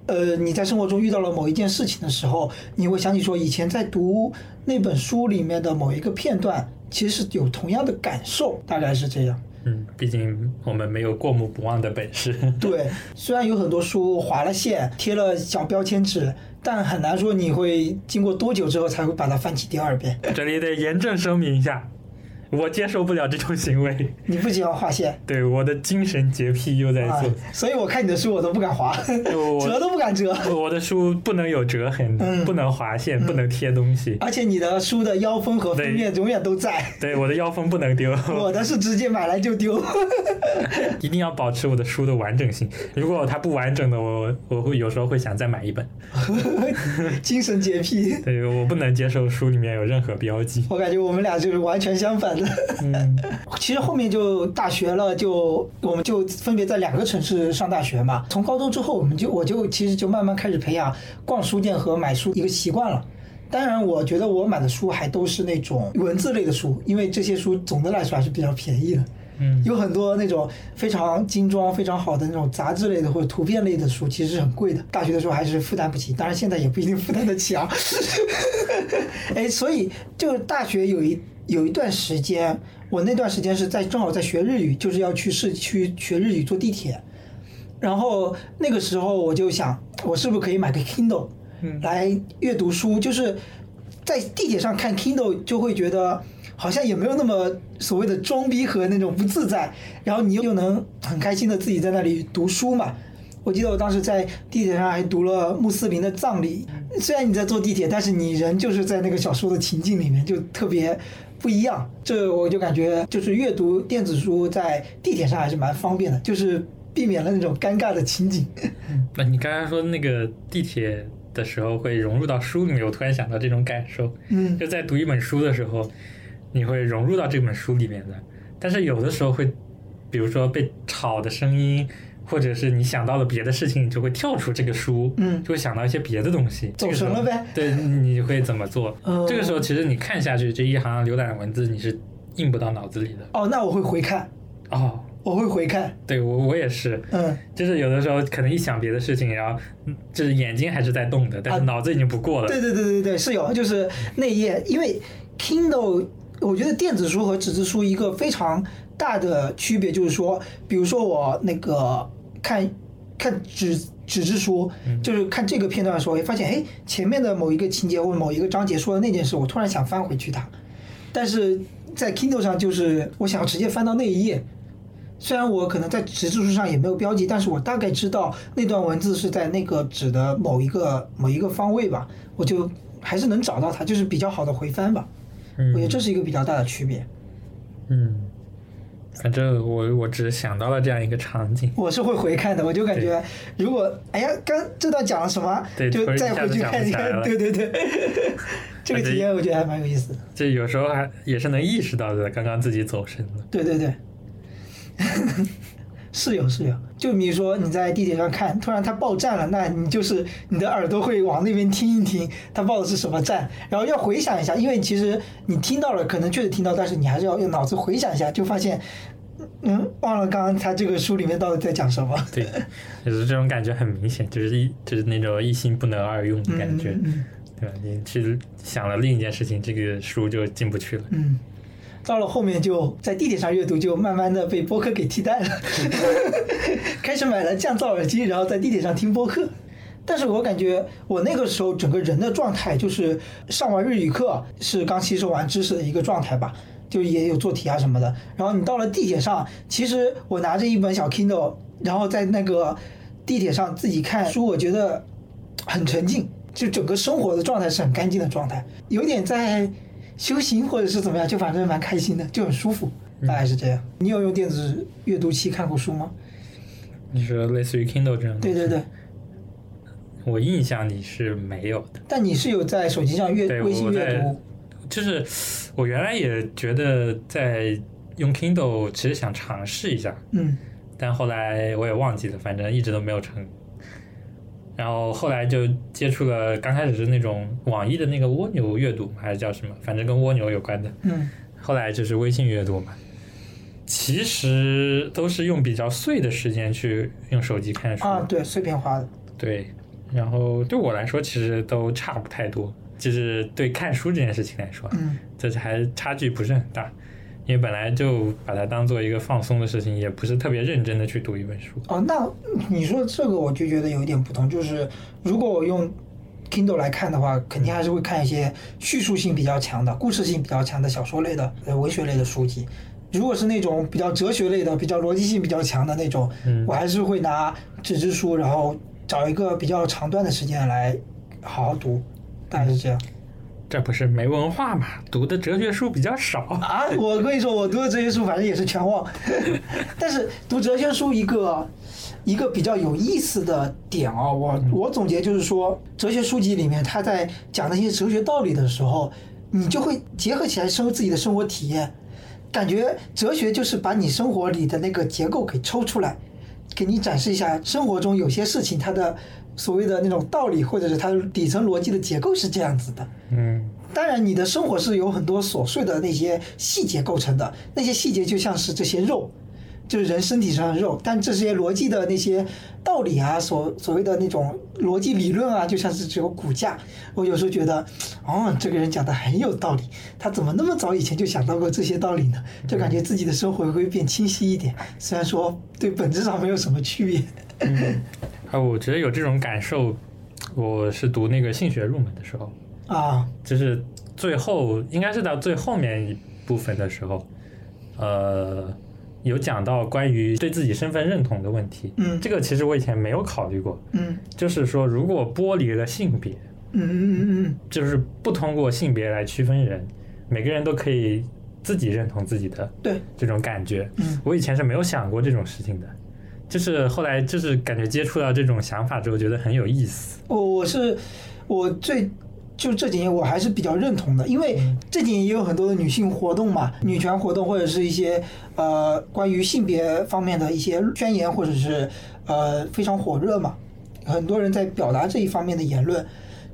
A: 呃，你在生活中遇到了某一件事情的时候，你会想起说以前在读那本书里面的某一个片段，其实是有同样的感受，大概是这样。
B: 嗯，毕竟我们没有过目不忘的本事。 <laughs>
A: 对，虽然有很多书划了线，贴了小标签纸，但很难说你会经过多久之后才会把它翻起第二遍。
B: 这里得严正声明一下，我接受不了这种行为，
A: 你不喜欢划线
B: 对我的精神洁癖又在
A: 啊
B: 作，
A: 所以我看你的书我都不敢划，
B: 我
A: 折都不敢折。
B: 我的书不能有折痕，
A: 嗯
B: 不能划线，不能贴东西。
A: 而且你的书的腰封和封面永远都
B: <laughs>
A: 在，
B: 对，我的腰封不能丢，
A: 我的是直接买来就丢。 <laughs>
B: 一定要保持我的书的完整性。如果它不完整的，我我会有时候会想再买一本。
A: 精神洁癖，
B: 对，我不能接受书里面有任何标记。
A: 我感觉我们俩就是完全相反的。
B: 嗯，
A: <laughs> 其实后面就大学了，就我们就分别在两个城市上大学嘛。从高中之后，我们就我就其实就慢慢开始培养逛书店和买书一个习惯了。当然，我觉得我买的书还都是那种文字类的书，因为这些书总的来说还是比较便宜的。
B: 嗯，
A: 有很多那种非常精装、非常好的那种杂志类的或者图片类的书，其实是很贵的。大学的时候还是负担不起，当然现在也不一定负担得起啊。 <laughs> 哎，所以就大学有一有一段时间，我那段时间是在正好在学日语，就是要去市区学日语，坐地铁。然后那个时候我就想，我是不是可以买个 Kindle
B: 嗯
A: 来阅读书？就是在地铁上看 Kindle 就会觉得好像也没有那么所谓的装逼和那种不自在，然后你又能很开心的自己在那里读书嘛。我记得我当时在地铁上还读了穆斯林的葬礼，虽然你在坐地铁，但是你人就是在那个小说的情境里面，就特别不一样。这我就感觉就是阅读电子书在地铁上还是蛮方便的，就是避免了那种尴尬的情景。
B: 那你刚刚说那个地铁的时候会融入到书里面，我突然想到这种感受，
A: 嗯
B: 就在读一本书的时候，你会融入到这本书里面的，但是有的时候会，比如说被吵的声音。或者是你想到了别的事情，你就会跳出这个书，
A: 嗯
B: 就会想到一些别的东西，
A: 走神了呗
B: 这个时候对，你会怎么做？
A: 嗯
B: 这个时候，其实你看下去这一行浏览文字，你是印不到脑子里的。
A: 哦，那我会回看，
B: 哦，
A: 我会回看。
B: 对我我也是，
A: 嗯，
B: 就是有的时候可能一想别的事情，然后嗯就是眼睛还是在动的，但是脑子已经不过了。
A: 啊对对对对对，是有，就是那一页，因为 Kindle，我觉得电子书和纸质书一个非常大的区别就是说，比如说我那个看看纸纸质书，就是看这个片段的时候，会发现哎，前面的某一个情节或者某一个章节说的那件事，我突然想翻回去它，但是在 Kindle 上就是我想要直接翻到那一页，虽然我可能在纸质书上也没有标记，但是我大概知道那段文字是在那个纸的某一个某一个方位吧，我就还是能找到它，就是比较好的回翻吧。我觉得
B: 嗯
A: 这是一个比较大的区别。
B: 嗯，反正我我只想到了这样一个场景，
A: 我是会回看的，我就感觉如果哎呀，刚这段讲了什么，
B: 对
A: 就
B: 突然一
A: 再
B: 下
A: 回
B: 子
A: 去
B: 想不
A: 看一
B: 起来
A: 看。
B: 了
A: 对对
B: <laughs>
A: 对，这个体验我觉得还蛮有意思的。
B: 这有时候还也是能意识到的，刚刚自己走神了。
A: 对对对， <laughs> 是有是有。就比如说你在地铁上看，突然它报站了，那你就是你的耳朵会往那边听一听，它报的是什么站，然后要回想一下，因为其实你听到了，可能确实听到，但是你还是要用脑子回想一下，就发现，嗯，忘了刚刚它这个书里面到底在讲什么。 <laughs>
B: 对，就是这种感觉很明显，就是一就是那种一心不能二用的感觉，
A: 嗯嗯嗯
B: 对吧？你去想了另一件事情，这个书就进不去了。
A: 嗯，到了后面就在地铁上阅读，就慢慢的被播客给替代了。开始买了降噪耳机，然后在地铁上听播客。但是我感觉我那个时候整个人的状态就是上完日语课是刚吸收完知识的一个状态吧，就也有做题啊什么的。然后你到了地铁上，其实我拿着一本小 Kindle，然后在那个地铁上自己看书，我觉得很沉静，就整个生活的状态是很干净的状态，有点在修行或者是怎么样，就反正蛮开心的，就很舒服，
B: 嗯
A: 大概是这样。你有用电子阅读器看过书吗？
B: 你说类似于 Kindle 这样的，
A: 对对对，
B: 嗯我印象里是没有的。
A: 但你是有在手机上阅
B: 对
A: 微信
B: 我
A: 阅
B: 在
A: 读，
B: 就是我原来也觉得在用 Kindle，其实想尝试一下，
A: 嗯
B: 但后来我也忘记了，反正一直都没有成。然后后来就接触了，刚开始是那种网易的那个蜗牛阅读还是叫什么，反正跟蜗牛有关的。
A: 嗯
B: 后来就是微信阅读嘛，其实都是用比较碎的时间去用手机看书。
A: 啊，对，碎片化的，
B: 对，然后对我来说其实都差不太多，就是对看书这件事情来说，
A: 嗯
B: 这还差距不是很大，因为本来就把它当做一个放松的事情，也不是特别认真的去读一本书。
A: 哦，那你说这个我就觉得有一点不同，就是如果我用 Kindle 来看的话，肯定还是会看一些叙述性比较强的、故事性比较强的小说类的、呃文学类的书籍。如果是那种比较哲学类的、比较逻辑性比较强的那种，
B: 嗯
A: 我还是会拿纸质书，然后找一个比较长段的时间来好好读，大概是这样。
B: 这不是没文化嘛，读的哲学书比
A: <laughs>
B: 较少。
A: 啊，我跟你说，我读的哲学书反正也是全忘， <laughs> 但是读哲学书一个一个比较有意思的点啊、我我总结就是说，哲学书籍里面他在讲那些哲学道理的时候，你就会结合起来生自己的生活体验，感觉哲学就是把你生活里的那个结构给抽出来，给你展示一下生活中有些事情它的所谓的那种道理，或者是它底层逻辑的结构是这样子的。
B: 嗯，
A: 当然，你的生活是由很多琐碎的那些细节构成的，那些细节就像是这些肉，就是人身体上的肉。但这些逻辑的那些道理啊，所所谓的那种逻辑理论啊，就像是只有骨架。我有时候觉得，哦，这个人讲的很有道理，他怎么那么早以前就想到过这些道理呢？就感觉自己的生活会变清晰一点，虽然说对本质上没有什么区别。
B: 啊，我觉得有这种感受，我是读那个性学入门的时候，
A: 啊，
B: 就是最后应该是到最后面一部分的时候，呃，有讲到关于对自己身份认同的问题。
A: 嗯
B: 这个其实我以前没有考虑过，
A: 嗯
B: 就是说如果剥离了性别，
A: 嗯嗯嗯
B: 就是不通过性别来区分人，每个人都可以自己认同自己的
A: 嗯，对，
B: 这种感觉。
A: 嗯
B: 我以前是没有想过这种事情的，就是后来就是感觉接触到这种想法之后，觉得很有意思。
A: 我我是我最就这几年我还是比较认同的，因为这几年也有很多的女性活动嘛，女权活动或者是一些呃关于性别方面的一些宣言或者是呃非常火热嘛，很多人在表达这一方面的言论。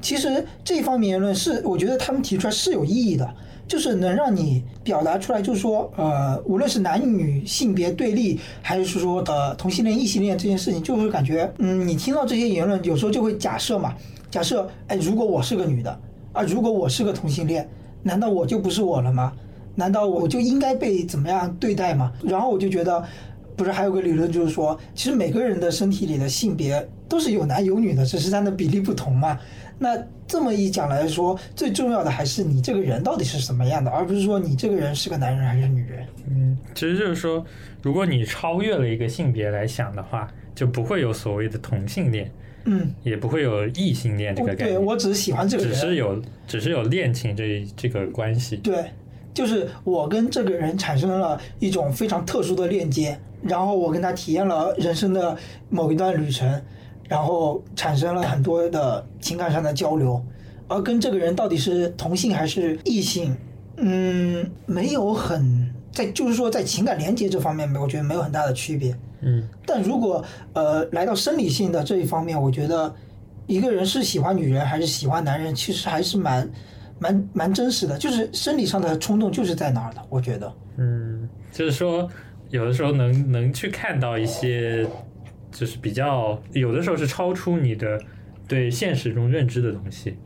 A: 其实这一方面言论是，我觉得他们提出来是有意义的，就是能让你表达出来，就是说，呃，无论是男女性别对立，还是说呃同性恋、异性恋这件事情，就会感觉，嗯，你听到这些言论，有时候就会假设嘛，假设，哎，如果我是个女的，啊，如果我是个同性恋，难道我就不是我了吗？难道我就应该被怎么样对待吗？然后我就觉得，不是还有个理论，就是说，其实每个人的身体里的性别都是有男有女的，只是它的比例不同嘛。那这么一讲来说，最重要的还是你这个人到底是什么样的，而不是说你这个人是个男人还是女人。
B: 嗯，其实就是说，如果你超越了一个性别来想的话，就不会有所谓的同性恋，
A: 嗯，
B: 也不会有异性恋这
A: 我
B: 个概
A: 对
B: 念，
A: 我只是喜欢这个
B: 只
A: 人，
B: 是有只是有恋情这一这个关系。
A: 对，就是我跟这个人产生了一种非常特殊的链接，然后我跟他体验了人生的某一段旅程，然后产生了很多的情感上的交流，而跟这个人到底是同性还是异性，嗯，没有很在就是说在情感连接这方面，我觉得没有很大的区别。
B: 嗯，
A: 但如果呃来到生理性的这一方面，我觉得一个人是喜欢女人还是喜欢男人，其实还是蛮蛮蛮真实的，就是生理上的冲动就是在那儿的。我觉得，
B: 嗯，就是说，有的时候能能去看到一些，就是比较有的时候是超出你的对现实中认知的东西，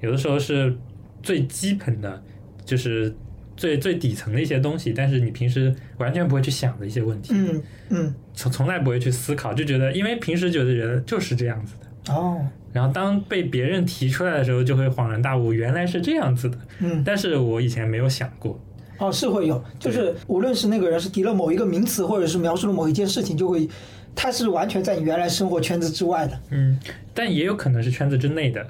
B: 有的时候是最基本的，就是最最底层的一些东西，但是你平时完全不会去想的一些问题，
A: 嗯嗯，
B: 从从来不会去思考，就觉得因为平时觉得人就是这样子的，
A: 哦，
B: 然后当被别人提出来的时候，就会恍然大悟，原来是这样子的，
A: 嗯
B: 但是我以前没有想过，
A: 哦是会有，就是无论是那个人是提了某一个名词，或者是描述了某一件事情，就会他是完全在你原来生活圈子之外的。
B: 嗯，但也有可能是圈子之内的，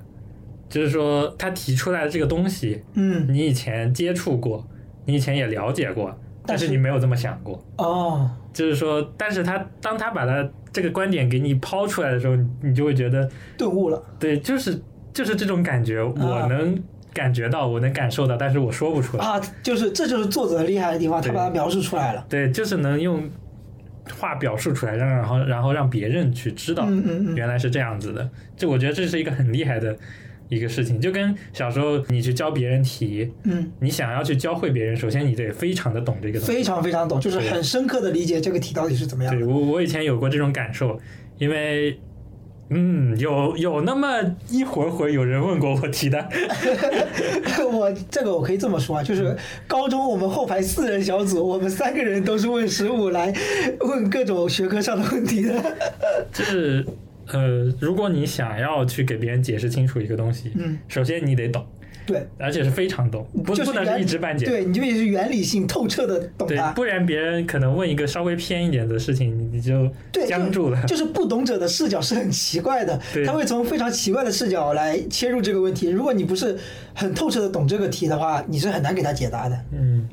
B: 就是说他提出来的这个东西，
A: 嗯，
B: 你以前接触过，你以前也了解过，但是
A: 但是
B: 你没有这么想过。
A: 哦，
B: 就是说，但是他当他把他这个观点给你抛出来的时候，你你就会觉得，
A: 顿悟了。
B: 对，就是就是这种感觉，我能感觉到，我能感受到，但是我说不出来。
A: 啊，就是这就是作者厉害的地方，他
B: 对
A: 把它描述出来了。
B: 对，就是能用话表述出来，让然后然后让别人去知道，
A: 嗯嗯嗯
B: 原来是这样子的。这我觉得这是一个很厉害的一个事情，就跟小时候你去教别人题，
A: 嗯，
B: 你想要去教会别人，首先你得非常的懂这个东西。
A: 非常非常懂，就是
B: 对
A: 很深刻的理解这个题到底是怎么样的
B: 对。我我以前有过这种感受，因为。嗯，有有那么一会儿会有人问过我题的，
A: <laughs> 我这个我可以这么说啊，就是高中我们后排四人小组，我们三个人都是问十五来问各种学科上的问题的。 <laughs>
B: 就是呃，如果你想要去给别人解释清楚一个东西，
A: 嗯，
B: 首先你得懂，
A: 对，
B: 而且是非常懂，不、
A: 就是
B: 不能
A: 原
B: 是一知半解，
A: 对，你就啊也是原理性透彻的懂
B: 对
A: 它。
B: 不然别人可能问一个稍微偏一点的事情，你你就
A: 对，
B: 僵
A: 就
B: 住了。
A: 就是不懂者的视角是很奇怪的
B: 对，
A: 他会从非常奇怪的视角来切入这个问题。如果你不是很透彻的懂这个题的话，你是很难给他解答的。
B: 嗯，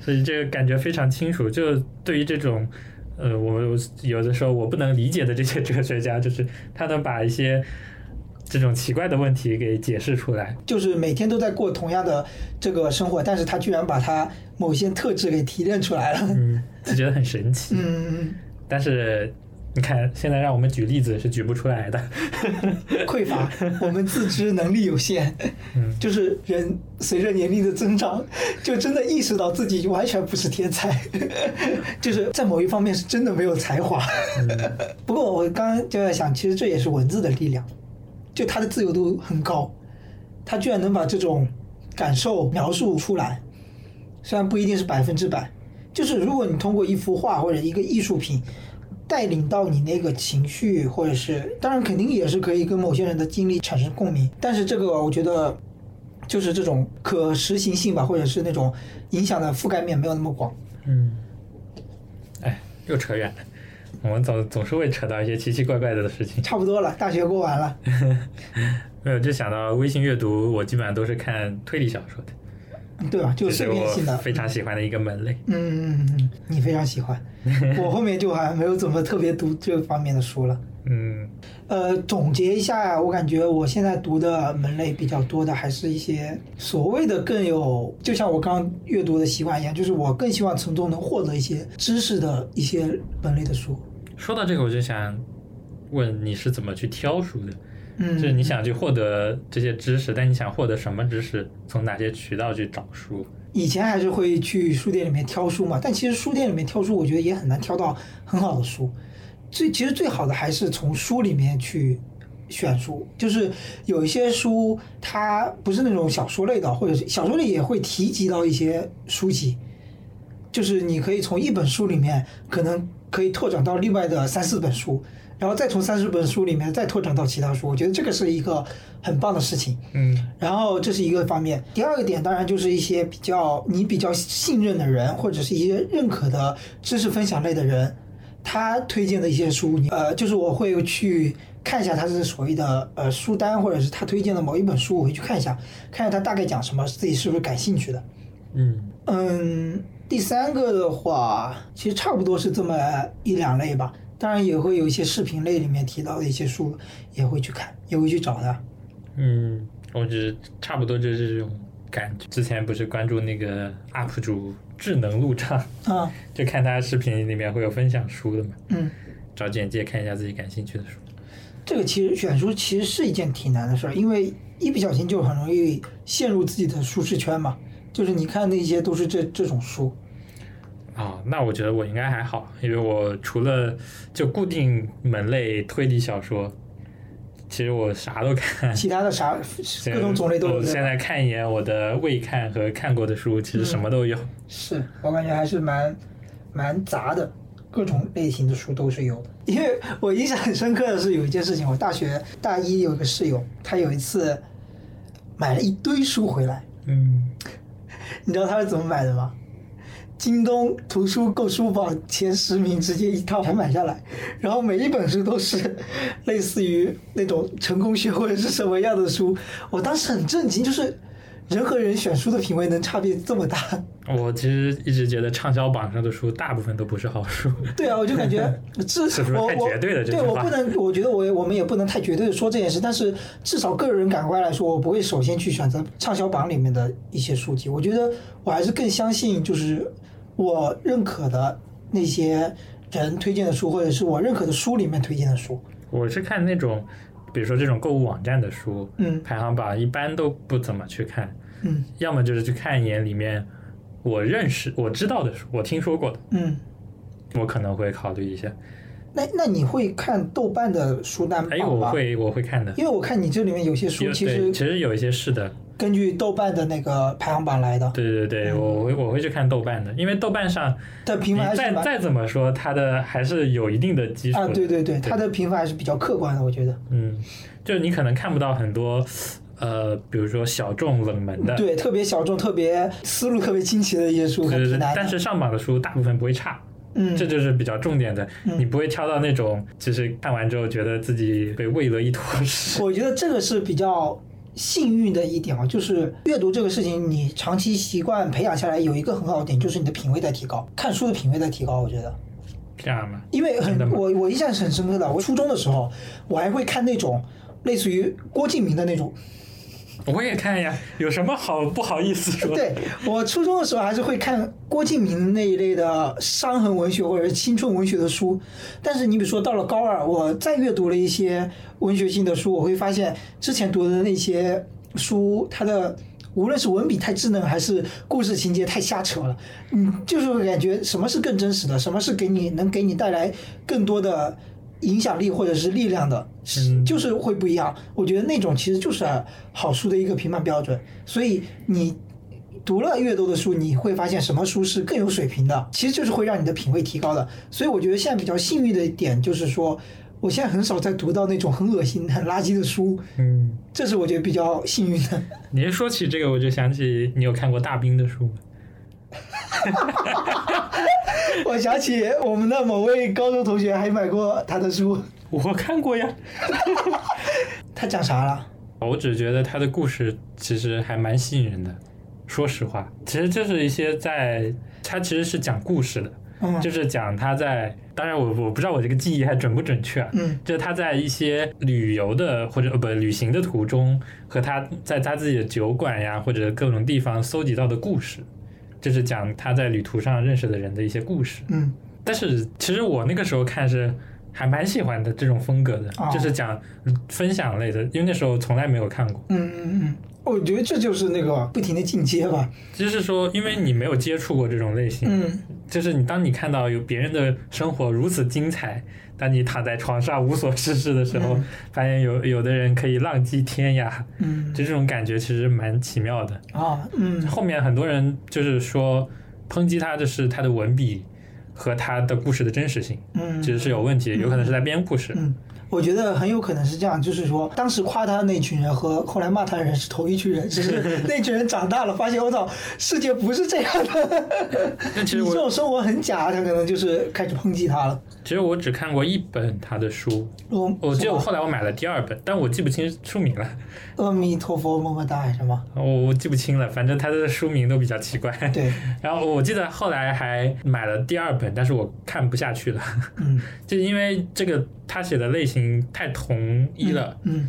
B: 所以这个感觉非常清楚。就对于这种，呃，我我有的时候我不能理解的这些哲学家，就是他能把一些这种奇怪的问题给解释出来。
A: 就是每天都在过同样的这个生活，但是他居然把他某些特质给提炼出来了。
B: 嗯，就觉得很神奇。
A: 嗯，
B: 但是你看，现在让我们举例子是举不出来的。
A: 匮乏，我们自知能力有限，
B: 嗯
A: 就是人随着年龄的增长，就真的意识到自己完全不是天才， <laughs> 就是在某一方面是真的没有才华。不过我刚刚就在想，其实这也是文字的力量，就它的自由度很高，它居然能把这种感受描述出来，虽然不一定是百分之百，就是如果你通过一幅画或者一个艺术品，带领到你那个情绪，或者是当然肯定也是可以跟某些人的经历产生共鸣，但是这个我觉得就是这种可实行性吧，或者是那种影响的覆盖面没有那么广。
B: 嗯，哎，又扯远了。我们总总是会扯到一些奇奇怪怪的事情。
A: 差不多了，大学过
B: <laughs>
A: 完了，
B: 没有，就想到微信阅读，我基本上都是看推理小说的，
A: 对吧？就
B: 这
A: 是
B: 是
A: 碎
B: 我
A: 片性的，
B: 非常喜欢的一个门类。
A: 嗯嗯嗯，你非常喜欢，我后面就好像没有怎么特别读这方面的书了。
B: 嗯
A: 呃，总结一下，我感觉我现在读的门类比较多的还是一些所谓的更有，就像我刚刚阅读的习惯一样，就是我更希望从中能获得一些知识的一些门类的书。，
B: 说到这个，我就想问你是怎么去挑书的？
A: 嗯，
B: 就是你想去获得这些知识，但你想获得什么知识？从哪些渠道去找书？
A: 以前还是会去书店里面挑书嘛，但其实书店里面挑书，我觉得也很难挑到很好的书。最其实最好的还是从书里面去选书，就是有一些书它不是那种小说类的，或者是小说类也会提及到一些书籍，就是你可以从一本书里面可能可以拓展到另外的三四本书，然后再从三十本书里面再拓展到其他书，我觉得这个是一个很棒的事情。
B: 嗯
A: 然后这是一个方面，第二个点当然就是一些比较你比较信任的人，或者是一些认可的知识分享类的人，他推荐的一些书，你呃，就是我会去看一下他是所谓的呃书单，或者是他推荐的某一本书，我会去看一下，看一下他大概讲什么，自己是不是感兴趣的。
B: 嗯
A: 嗯，第三个的话，其实差不多是这么一两类吧。当然也会有一些视频类里面提到的一些书，也会去看，也会去找的。
B: 嗯，我只差不多就是这种感觉。之前不是关注那个 UP 主智能路障，
A: 啊，
B: <laughs> 就看他视频里面会有分享书的嘛，
A: 嗯。
B: 找简介看一下自己感兴趣的书。
A: 这个其实选书其实是一件挺难的事儿，因为一不小心就很容易陷入自己的舒适圈嘛。就是你看那些都是这这种书，
B: 啊、那我觉得我应该还好，因为我除了就固定门类推理小说，其实我啥都看，
A: 其他的啥各种种类都有
B: 我哦现
A: 的。
B: 在看一眼我的未看和看过的书，其实什么都有。
A: 是我感觉还是蛮蛮杂的，各种类型的书都是有的。因为我印象很深刻的是有一件事情，我大学大一有一个室友，他有一次买了一堆书回来，
B: 嗯，
A: 你知道他是怎么买的吗？京东图书购书榜前十名直接一套全买下来，然后每一本书都是类似于那种成功学或者是什么样的书，我当时很震惊，就是人和人选书的品味能差别这么大。
B: 我其实一直觉得畅销榜上的书大部分都不是好书。
A: 对啊，我就感
B: <laughs>
A: 觉至
B: 是不是
A: 我
B: 太
A: 我
B: 绝对了这
A: 对
B: 句
A: 我
B: 话
A: 不能，我觉得我也我们也不能太绝对的说这件事，但是至少个人感官来说，我不会首先去选择畅销榜里面的一些书籍。我觉得我还是更相信就是我认可的那些人推荐的书，或者是我认可的书里面推荐的书。
B: 我是看那种，比如说这种购物网站的书，
A: 嗯
B: 排行榜一般都不怎么去看，
A: 嗯
B: 要么就是去看一眼里面我认识、我知道的书，我听说过的，
A: 嗯，
B: 我可能会考虑一下。
A: 那那你会看豆瓣的书单
B: 哎，
A: 榜
B: 我
A: 吗？
B: 会我会看的。
A: 因为我看你这里面有些书
B: 有
A: 其
B: 对，
A: 实
B: 其实有一些是的，
A: 根据豆瓣的那个排行榜来的，
B: 对对对，我我会我会去看豆瓣的，因为豆瓣上
A: 但
B: 你
A: 评分嗯还
B: 再
A: 是蛮
B: 再怎么说，它的还是有一定的基础
A: 啊，
B: 的。
A: 对对对，它的评分还是比较客观的，我觉得。
B: 嗯，就你可能看不到很多，呃，比如说小众冷门的，
A: 对，特别小众、特别思路特别清奇的一些书，
B: 对
A: 很
B: 对对
A: 难的。
B: 但是上榜的书大部分不会差，
A: 嗯，
B: 这就是比较重点的，
A: 嗯
B: 你不会挑到那种就是看完之后觉得自己被喂了一坨屎。
A: 我觉得这个是比较幸运的一点啊，就是阅读这个事情，你长期习惯培养下来，有一个很好的点，就是你的品味在提高，看书的品味在提高。我觉得，
B: 这样嘛，
A: 因为
B: 真的
A: 很
B: 吗
A: 我我印象是很深刻的，我初中的时候，我还会看那种类似于郭敬明的那种。
B: 我也看呀，有什么好不好意思
A: <laughs>
B: 说？
A: 对我初中的时候还是会看郭敬明那一类的伤痕文学或者是青春文学的书，但是你比如说到了高二，我再阅读了一些文学性的书，我会发现之前读的那些书，它的无论是文笔太稚嫩，还是故事情节太瞎扯了，嗯，就是会感觉什么是更真实的，什么是给你能给你带来更多的。影响力或者是力量的，
B: 嗯
A: 就是会不一样。我觉得那种其实就是好书的一个评判标准。所以你读了越多的书，你会发现什么书是更有水平的，其实就是会让你的品味提高的。所以我觉得现在比较幸运的一点就是说，我现在很少再读到那种很恶心、很垃圾的书，
B: 嗯，
A: 这是我觉得比较幸运的。 <laughs>
B: 你一说起这个，我就想起你有看过大兵的书吗？
A: 我想起我们的某位高中同学还买过他的书，
B: 我看过呀，
A: 他讲啥了？
B: 我只觉得他的故事其实还蛮吸引人的。说实话，其实就是一些在，他其实是讲故事的，
A: 嗯，
B: 就是讲他在，当然我我不知道我这个记忆还准不准确啊，
A: 嗯
B: 就是他在一些旅游的或者呃不旅行的途中，和他在他自己的酒馆呀或者各种地方搜集到的故事，就是讲他在旅途上认识的人的一些故事。
A: 嗯
B: 但是其实我那个时候看是还蛮喜欢的这种风格的，
A: 哦
B: 就是讲分享类的，因为那时候从来没有看过。
A: 嗯嗯嗯，我觉得这就是那个不停的进阶吧。
B: 就是说，因为你没有接触过这种类型，
A: 嗯，
B: 就是你当你看到有别人的生活如此精彩，当你躺在床上无所事事的时候，
A: 嗯
B: 发现有有的人可以浪迹天涯，
A: 嗯
B: 就这种感觉其实蛮奇妙的。
A: 啊，嗯
B: 后面很多人就是说抨击他，就是他的文笔和他的故事的真实性，
A: 嗯
B: 其实是有问题，有可能是在编故事。
A: 嗯，我觉得很有可能是这样，就是说，当时夸他的那群人和后来骂他的人是同一群人，只
B: <laughs>
A: 是那群人长大了，发现我操，世界不是这样的，
B: 但其实
A: <laughs> 你这
B: 我
A: 种生活很假，他可能就是开始抨击他了。
B: 其实我只看过一本他的书，
A: 我
B: 我记
A: 是
B: 得我
A: 吧
B: 后来我买了第二本，但我记不清书名了，
A: 阿弥陀佛，么么哒，还是吗？
B: 我我记不清了，反正他的书名都比较奇怪。
A: 对，
B: <laughs> 然后我记得后来还买了第二本，但是我看不下去了， <laughs>
A: 嗯，
B: 就因为这个他写的类型太统一了，
A: 嗯，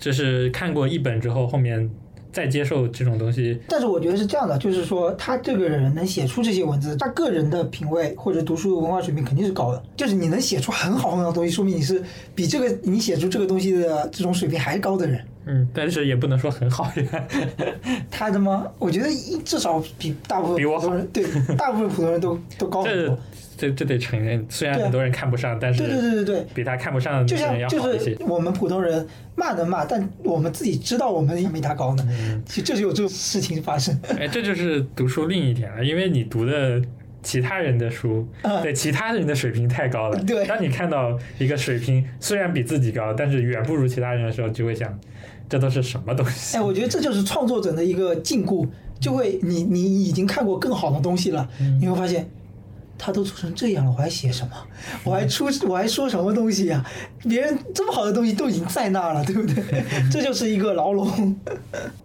B: 就是看过一本之后，后面再接受这种东西，
A: 但是我觉得是这样的，就是说他这个人能写出这些文字，他个人的品味或者读书文化水平肯定是高的。就是你能写出很好很好的东西，说明你是比这个你写出这个东西的这种水平还高的人。
B: 嗯，但是也不能说很好
A: <laughs>
B: 呀，
A: 他他妈，我觉得一至少比大部分
B: 比我
A: 普通人对
B: <laughs>
A: 大部分普通人都都高很
B: 这
A: 多。
B: 这这得承认，虽然
A: 哦对啊
B: 很多人看不上，但
A: 对对
B: 是
A: 对对对，
B: 比他看不上
A: 就
B: 的人
A: 像
B: 要
A: 就
B: 好一
A: 是
B: 些。
A: 我们普通人骂能骂，但我们自己知道我们也没他高呢。
B: 嗯
A: 其实就是有这种事情发生。
B: 哎，这就是读书另一点了，因为你读的其他人的书，
A: 嗯
B: 对其他人的水平太高了。
A: <laughs> 对
B: 当你看到一个水平虽然比自己高，但是远不如其他人的时候，就会想，这都是什么东西？
A: 哎，我觉得这就是创作者的一个禁锢，就会你你已经看过更好的东西了，
B: 嗯
A: 你会发现。他都做成这样了，我还写什么？我还出
B: 嗯
A: 我还说什么东西呀、啊别人这么好的东西都已经在那了，对不
B: <laughs>
A: 对？这就是一个牢笼。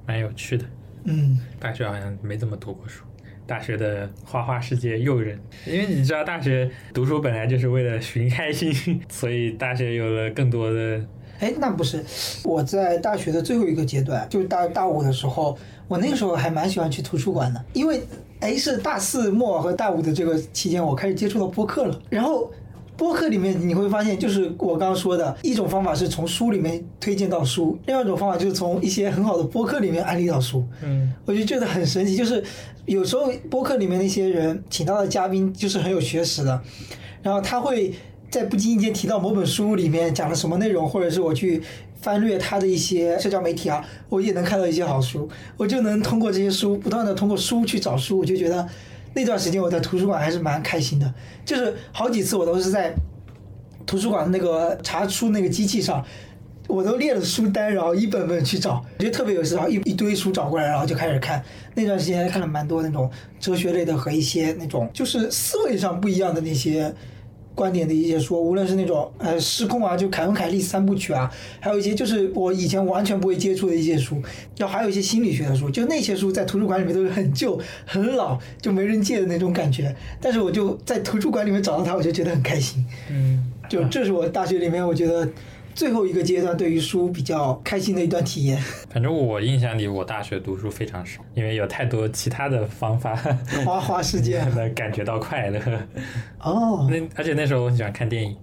B: 蛮有趣的。
A: 嗯，
B: 大学好像没怎么读过书，大学的花花世界诱人，因为你知道大学读书本来就是为了寻开心， <laughs> 所以大学有了更多的
A: 哎，那不是，我在大学的最后一个阶段，就是大大五的时候，我那个时候还蛮喜欢去图书馆的，因为哎是大四末和大五的这个期间，我开始接触到播客了，然后。播客里面你会发现，就是我刚刚说的一种方法是从书里面推荐到书，另外一种方法就是从一些很好的播客里面安利到书。
B: 嗯，
A: 我就觉得很神奇，就是有时候播客里面那些人请到的嘉宾就是很有学识的，然后他会在不经意间提到某本书里面讲了什么内容，或者是我去翻阅他的一些社交媒体啊，我也能看到一些好书，我就能通过这些书不断的通过书去找书，我就觉得那段时间我在图书馆还是蛮开心的，就是好几次我都是在图书馆那个查书那个机器上，我都列了书单，然后一本本去找，我觉得特别有意思。然后一一堆书找过来，然后就开始看。那段时间看了蛮多那种哲学类的和一些那种就是思维上不一样的那些观点的一些书，无论是那种呃失控啊，就凯文凯利三部曲啊，还有一些就是我以前完全不会接触的一些书，然后还有一些心理学的书，就那些书在图书馆里面都是很旧、很老，就没人借的那种感觉。但是我就在图书馆里面找到它，我就觉得很开心。
B: 嗯，
A: 就这是我大学里面我觉得最后一个阶段对于书比较开心的一段体验。
B: 反正我印象里，我大学读书非常少，因为有太多其他的方法 <laughs>
A: 花花世界
B: 能感觉到快乐。
A: 哦
B: 那而且那时候我很喜欢看电影，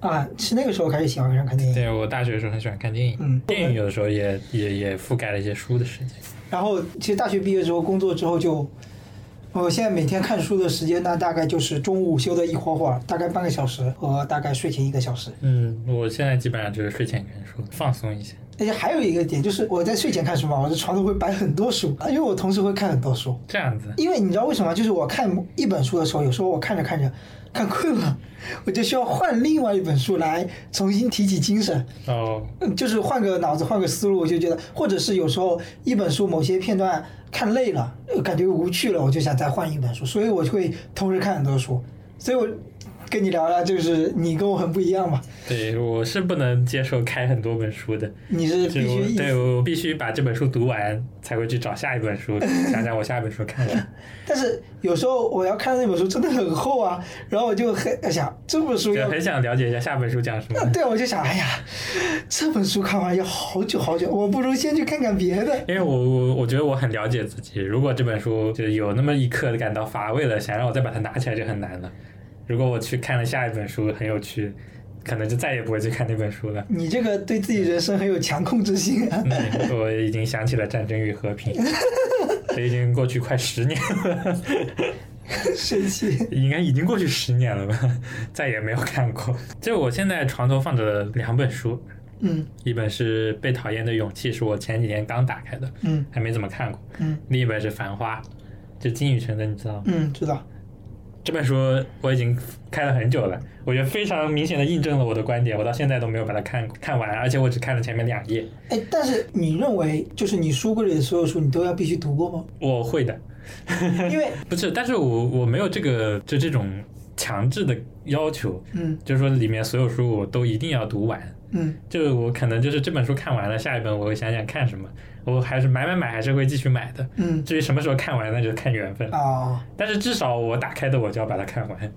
A: 啊，是那个时候开始喜欢上看电影。
B: 对我大学的时候很喜欢看电影，
A: 嗯
B: 电影有的时候也也也覆盖了一些书的世界。
A: 然后其实大学毕业之后工作之后就，我现在每天看书的时间呢，大概就是中午午休的一会儿会儿，大概半个小时和大概睡前一个小时。
B: 嗯，我现在基本上就是睡前看书，放松一下。
A: 而且还有一个点就是我在睡前看书嘛，我的床头会摆很多书，因为我同时会看很多书。
B: 这样子，
A: 因为你知道为什么？就是我看一本书的时候，有时候我看着看着看困了， <laughs> 我就需要换另外一本书来重新提起精神，
B: 哦，
A: 嗯就是换个脑子，换个思路，我就觉得，或者是有时候一本书某些片段看累了，呃感觉无趣了，我就想再换一本书，所以我会同时看很多书。所以我跟你聊聊，就是你跟我很不一样嘛，
B: 对，我是不能接受开很多本书的，
A: 你是
B: 就
A: 必须
B: 我
A: 一
B: 对我必须把这本书读完，才会去找下一本书，想想我下一本书看什么。
A: <laughs> 但是有时候我要看那本书真的很厚啊，然后我就很想这本书
B: 对，
A: 要
B: 很想了解一下下本书讲什么。
A: <laughs> 对，我就想，哎呀，这本书看完要好久好久，我不如先去看看别的。
B: 因为我我我觉得我很了解自己，如果这本书就有那么一刻感到乏味了，想让我再把它拿起来就很难了。如果我去看了下一本书很有趣，可能就再也不会去看那本书了。
A: 你这个对自己人生很有强控制性啊！
B: 嗯，我已经想起了《战争与和平》，这已经过去快十年了，
A: <laughs> 神奇。
B: 应该已经过去十年了吧，再也没有看过。就我现在床头放着两本书，
A: 嗯
B: 一本是《被讨厌的勇气》，是我前几天刚打开的，
A: 嗯
B: 还没怎么看过；
A: 嗯
B: 另一本是《繁花》，就金宇澄的，你知道吗？
A: 嗯，知道。
B: 这本书我已经看了很久了，我觉得非常明显的印证了我的观点。我到现在都没有把它看看完，而且我只看了前面两页。
A: 哎，但是你认为就是你书柜里的所有书，你都要必须读过吗？
B: 我会的，
A: 因为
B: 不是，但是我我没有这个就这种强制的要求，
A: 嗯
B: 就是说里面所有书我都一定要读完。
A: 嗯
B: 就我可能就是这本书看完了，下一本我会想想看什么，我还是买买买还是会继续买的。
A: 嗯
B: 至于什么时候看完，那就看缘分。
A: 啊
B: 但是至少我打开的我就要把它看完，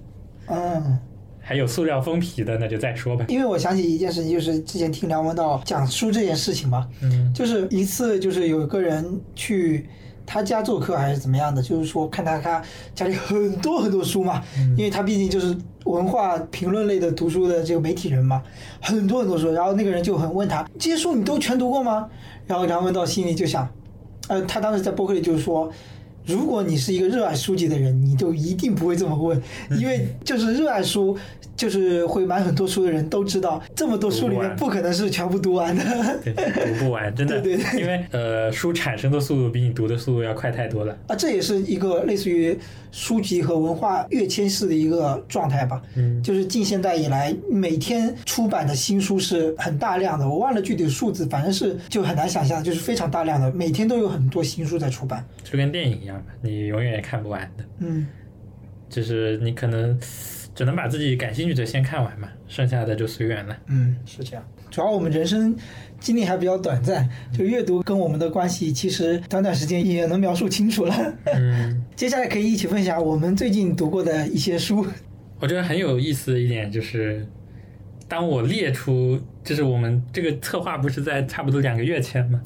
A: 嗯，
B: 还有塑料封皮的那就再说吧。
A: 因为我想起一件事情，就是之前听梁文道讲书这件事情嘛，
B: 嗯
A: 就是一次，就是有一个人去他家做客还是怎么样的，就是说看他他家里很多很多书嘛，
B: 嗯
A: 因为他毕竟就是文化评论类的读书的这个媒体人嘛，很多很多书。然后那个人就很问他，这些书你都全读过吗？然后梁文道心里就想，呃，他当时在播客里就是说。如果你是一个热爱书籍的人，你就一定不会这么问，
B: 嗯
A: 因为就是热爱书，就是会买很多书的人都知道，这么多书里
B: 读
A: 面
B: 完
A: 不可能是全部读完的。
B: 对，读不完，真的，
A: 对对对
B: 因为呃，书产生的速度比你读的速度要快太多了。
A: 啊，这也是一个类似于书籍和文化跃迁式的一个状态吧。
B: 嗯
A: 就是近现代以来，每天出版的新书是很大量的，我忘了具体的数字，反正是就很难想象，就是非常大量的，每天都有很多新书在出版。
B: 就跟电影一样嘛，你永远也看不完的，
A: 嗯，
B: 就是你可能 <sniffs> 只能把自己感兴趣的先看完嘛，剩下的就随缘了。
A: 嗯，是这样。主要我们人生经历还比较短暂，就阅读跟我们的关系，其实短短时间也能描述清楚了。 <laughs>
B: 嗯，
A: 接下来可以一起分享我们最近读过的一些书。嗯
B: 我觉得很有意思的一点就是，当我列出，就是我们这个策划不是在差不多两个月前
A: <laughs>
B: 嘛，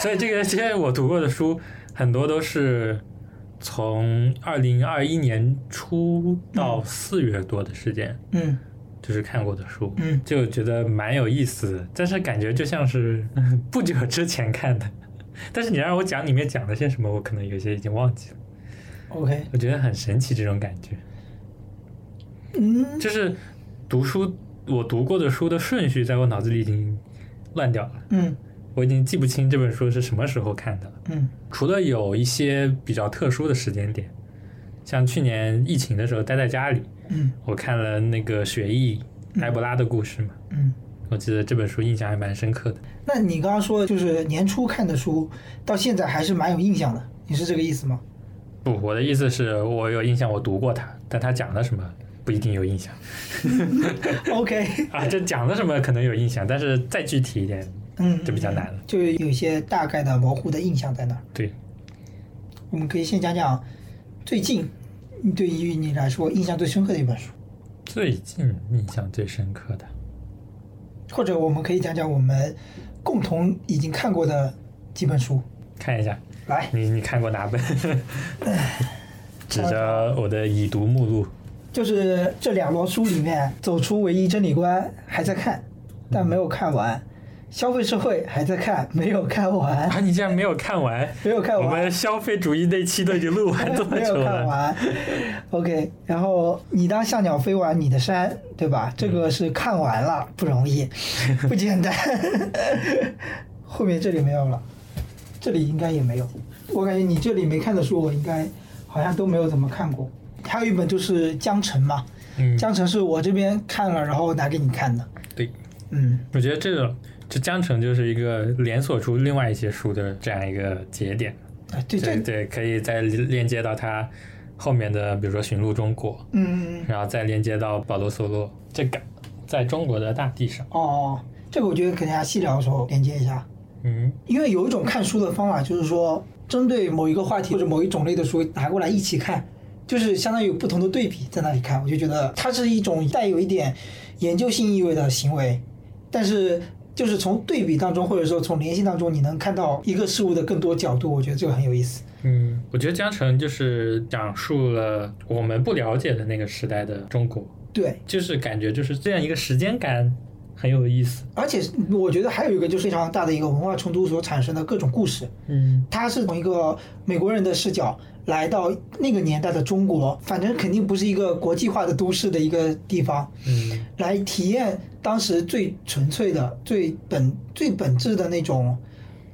B: 所以这个这些我读过的书很多都是从二零二一年初到四月多的时间，
A: 嗯
B: 就是看过的书。
A: 嗯
B: 就觉得蛮有意思的，但是感觉就
A: <laughs>
B: 像是不久之前看的。但是你让我讲里面讲了些什么，我可能有些已经忘记了。
A: ，OK，
B: 我觉得很神奇这种感觉，
A: 嗯
B: 就是读书我读过的书的顺序在我脑子里已经乱掉了，
A: 嗯
B: 我已经记不清这本书是什么时候看的了。
A: 嗯
B: 除了有一些比较特殊的时间点，像去年疫情的时候待在家里，
A: 嗯
B: 我看了那个雪艺埃博拉的故事嘛，
A: 嗯。
B: 我记得这本书印象还蛮深刻的。
A: 那你刚刚说的就是年初看的书，到现在还是蛮有印象的，你是这个意思吗？
B: 不，我的意思是我有印象，我读过它，但它讲了什么不一定有印象 <laughs>
A: OK，
B: 啊。这讲了什么可能有印象，但是再具体一点
A: 嗯，
B: 就比较难了。
A: 就有一些大概的模糊的印象在那儿。
B: 对，
A: 我们可以先讲讲最近对于你来说印象最深刻的一本书，
B: 最近印象最深刻的，
A: 或者我们可以讲讲我们共同已经看过的几本书。
B: 看一下
A: 来，
B: 你你看过哪本？ <laughs> 指着我的已读目录，
A: 就是这两摞书里面，《走出唯一真理观》还在看，但没有看完，《消费社会》还在看，没有看完，
B: 啊，你竟然没有看完？
A: 没有看完。
B: 我们消费主义那期都已经 <laughs> 录完这么
A: 没
B: 久
A: 有看
B: 了，
A: 完。OK，然后你当像鸟飞完你的山，对吧？
B: 嗯
A: 这个是看完了，不容
B: <laughs>
A: 易，不简单。后面这里没有了，这里应该也没有。我感觉你这里没看的书，我应该好像都没有怎么看过。还有一本就是《江城》嘛，
B: 嗯
A: 《江城》是我这边看了，然后拿给你看的。
B: 对，
A: 嗯
B: 我觉得这种这江城就是一个连锁出另外一些书的这样一个节点。
A: 啊，对这
B: 对，对，可以再链接到它后面的，比如说《寻路中国》，
A: 嗯，
B: 然后再链接到保罗·索洛这个在中国的大地上。
A: 哦，这个我觉得给大家细聊的时候连接一下。
B: 嗯，
A: 因为有一种看书的方法，就是说针对某一个话题或者某一种类的书拿过来一起看，就是相当于有不同的对比在那里看，我就觉得它是一种带有一点研究性意味的行为，但是就是从对比当中或者说从联系当中，你能看到一个事物的更多角度，我觉得这个很有意思。
B: 嗯，我觉得江城就是讲述了我们不了解的那个时代的中国，
A: 对，
B: 就是感觉就是这样一个时间感很有意思。
A: 而且我觉得还有一个就是非常大的一个文化冲突所产生的各种故事，
B: 嗯，
A: 他是从一个美国人的视角来到那个年代的中国，反正肯定不是一个国际化的都市的一个地方，
B: 嗯，
A: 来体验当时最纯粹的、最本、最本质的那种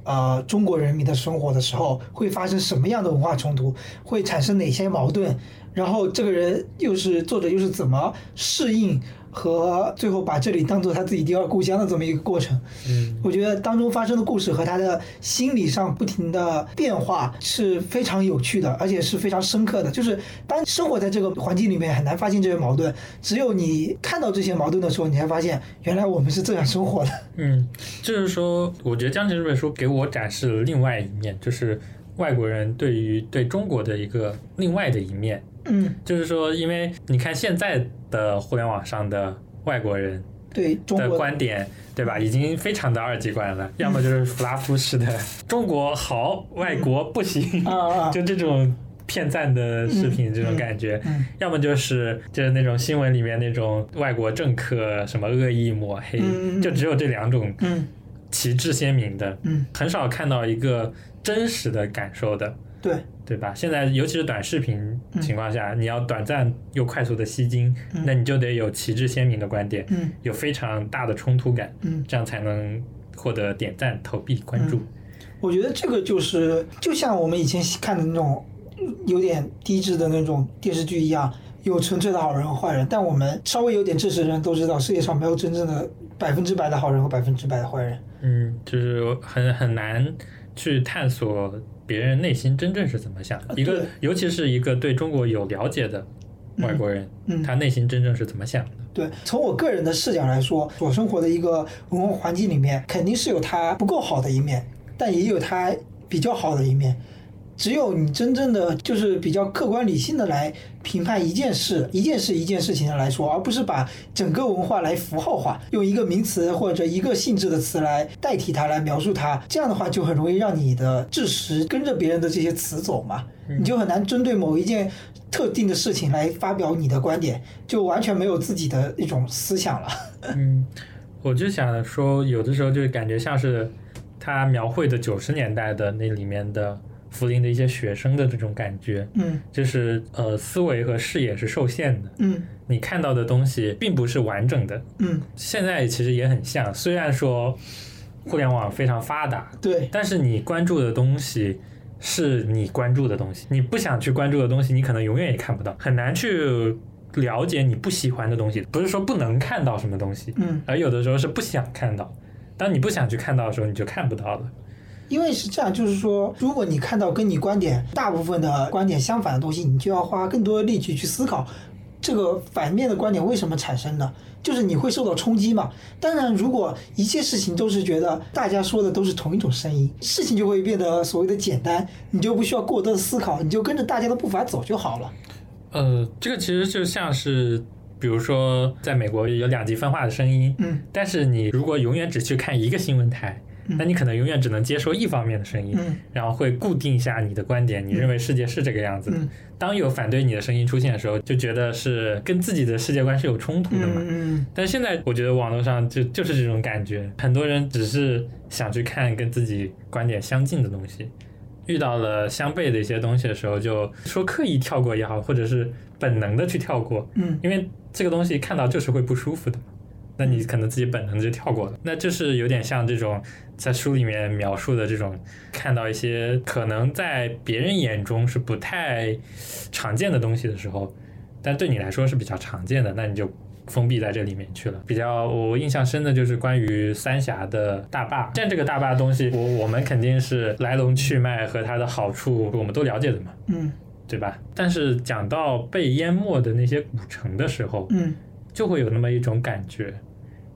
A: 呃中国人民的生活的时候，会发生什么样的文化冲突，会产生哪些矛盾，然后这个人又是作者又是怎么适应和最后把这里当做他自己第二故乡的这么一个过程。
B: 嗯，
A: 我觉得当中发生的故事和他的心理上不停的变化是非常有趣的，而且是非常深刻的。就是当生活在这个环境里面，很难发现这些矛盾。只有你看到这些矛盾的时候，你才发现原来我们是这样生活的。
B: 嗯，就是说，我觉得《江城》这本书给我展示了另外一面，就是外国人对于对中国的一个另外的一面。
A: 嗯，
B: 就是说，因为你看现在的互联网上的外国人
A: 对中
B: 的
A: 国嗯
B: 观点，对吧？已经非常的二极管了，要么就是弗拉夫
A: <laughs>
B: 式的“中国好，外国不行”，
A: 啊啊，
B: <laughs> 就这种骗赞的视频，
A: 嗯
B: 这种感觉。
A: 嗯
B: 要么就是就是那种新闻里面那种外国政客什么恶意抹黑，
A: 嗯嗯嗯
B: 就只有这两种
A: 嗯
B: 旗帜鲜明的，
A: 嗯，
B: 很少看到一个真实的感受的，
A: 对，
B: 对吧？现在尤其是短视频情况下，你要短暂又快速的吸睛，
A: 嗯
B: 那你就得有旗帜鲜明的观点，
A: 嗯
B: 有非常大的冲突感，
A: 嗯。
B: 这样才能获得点赞、投币、关注。
A: 我觉得这个就是，就像我们以前看的那种嗯有点低质的那种电视剧一样，有纯粹的好人和坏人。但我们稍微有点知识的人都知道，世界上没有真正的百分之百的好人和百分之百的坏人。
B: 嗯，就是很很难去探索别人内心真正是怎么想的。一个
A: 啊对，
B: 尤其是一个对中国有了解的外国人，
A: 嗯嗯
B: 他内心真正是怎么想的？
A: 对，从我个人的视角来说，我生活的一个文化环境里面，肯定是有它不够好的一面，但也有它比较好的一面。只有你真正的就是比较客观理性的来评判一件事、一件事、一件事情的来说，而不是把整个文化来符号化，用一个名词或者一个性质的词来代替它、来描述它。这样的话，就很容易让你的知识跟着别人的这些词走嘛，你就很难针对某一件特定的事情来发表你的观点，就完全没有自己的一种思想了。
B: 嗯，我就想说，有的时候就是感觉像是他描绘的九十年代的那里面的福林的一些学生的这种感觉，
A: 嗯
B: 就是呃，思维和视野是受限的，
A: 嗯
B: 你看到的东西并不是完整的。
A: 嗯，
B: 现在其实也很像，虽然说互联网非常发达，
A: 对，
B: 但是你关注的东西是你关注的东西，你不想去关注的东西，你可能永远也看不到，很难去了解你不喜欢的东西。不是说不能看到什么东西，
A: 嗯，
B: 而有的时候是不想看到。当你不想去看到的时候，你就看不到了。
A: 因为是这样，就是说，如果你看到跟你观点大部分的观点相反的东西，你就要花更多的力气去思考。这个反面的观点为什么产生呢？就是你会受到冲击嘛。当然，如果一切事情都是觉得大家说的都是同一种声音，事情就会变得所谓的简单，你就不需要过多的思考，你就跟着大家的步伐走就好了。
B: 呃，这个其实就像是，比如说，在美国有两极分化的声音，
A: 嗯
B: 但是你如果永远只去看一个新闻台，
A: 嗯
B: 那你可能永远只能接受一方面的声音，
A: 嗯
B: 然后会固定一下你的观点，你认为世界是这个样子的。
A: 嗯
B: 当有反对你的声音出现的时候，就觉得是跟自己的世界观是有冲突的嘛。
A: 嗯
B: 但现在我觉得网络上就就是这种感觉，很多人只是想去看跟自己观点相近的东西，遇到了相悖的一些东西的时候，就说刻意跳过也好，或者是本能的去跳过，
A: 嗯
B: 因为这个东西看到就是会不舒服的嘛。那你可能自己本能就跳过了，那就是有点像这种在书里面描述的这种，看到一些可能在别人眼中是不太常见的东西的时候，但对你来说是比较常见的，那你就封闭在这里面去了。比较我印象深的就是关于三峡的大坝，但这个大坝东西，我我们肯定是来龙去脉和它的好处我们都了解的嘛，
A: 嗯
B: 对吧？但是讲到被淹没的那些古城的时候，
A: 嗯
B: 就会有那么一种感觉，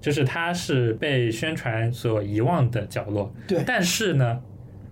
B: 就是它是被宣传所遗忘的角落。
A: 对
B: 但是呢，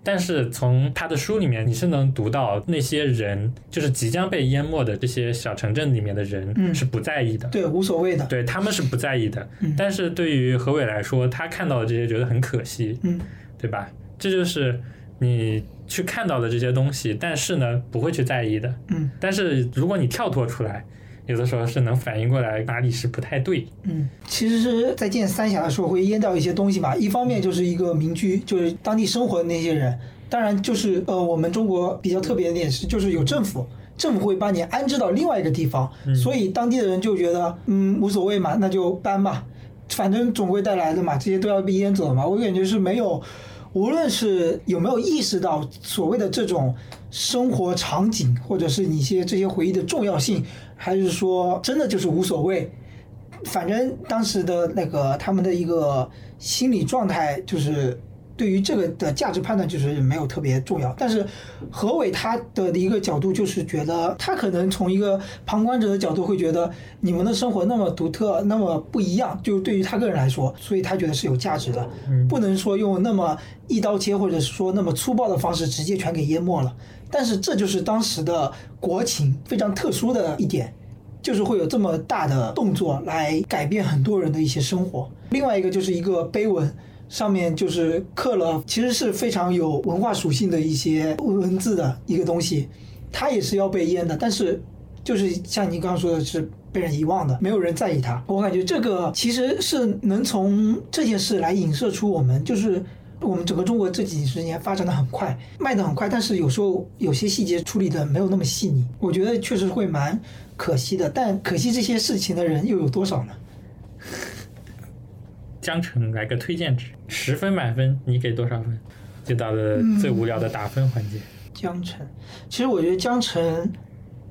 B: 但是从他的书里面，你是能读到那些人，就是即将被淹没的这些小城镇里面的人
A: 嗯
B: 是不在意的，
A: 对，无所谓的。
B: 对他们是不在意的。
A: 嗯
B: 但是对于何伟来说，他看到的这些觉得很可惜，
A: 嗯
B: 对吧？这就是你去看到的这些东西，但是呢，不会去在意的。
A: 嗯
B: 但是如果你跳脱出来，有的时候是能反应过来哪里是不太对。
A: 嗯，其实是在建三峡的时候会淹掉一些东西嘛。一方面就是一个民居，就是当地生活的那些人。当然就是呃，我们中国比较特别的点是，就是有政府。政府会把你安置到另外一个地方，
B: 嗯
A: 所以当地的人就觉得，嗯，无所谓嘛，那就搬嘛，反正总会带来的嘛，这些都要被淹走的嘛。我感觉是没有无论是有没有意识到所谓的这种生活场景，或者是你一些这些回忆的重要性，还是说真的就是无所谓，反正当时的那个他们的一个心理状态，就是对于这个的价值判断就是没有特别重要。但是何伟他的一个角度就是觉得，他可能从一个旁观者的角度会觉得你们的生活那么独特，那么不一样，就对于他个人来说，所以他觉得是有价值的，不能说用那么一刀切或者是说那么粗暴的方式直接全给淹没了。但是这就是当时的国情非常特殊的一点。就是会有这么大的动作来改变很多人的一些生活。另外一个就是一个碑文，上面就是刻了其实是非常有文化属性的一些文字的一个东西，它也是要被淹的，但是就是像你刚刚说的是被人遗忘的，没有人在意它。我感觉这个其实是能从这件事来影射出我们就是。我们整个中国这几十年发展的很快，卖的很快，但是有时候有些细节处理的没有那么细腻，我觉得确实会蛮可惜的。但可惜这些事情的人又有多少呢？
B: 江城来个推荐值，十分满分你给多少分？就到了最无聊的打分环节。
A: 江城，其实我觉得江城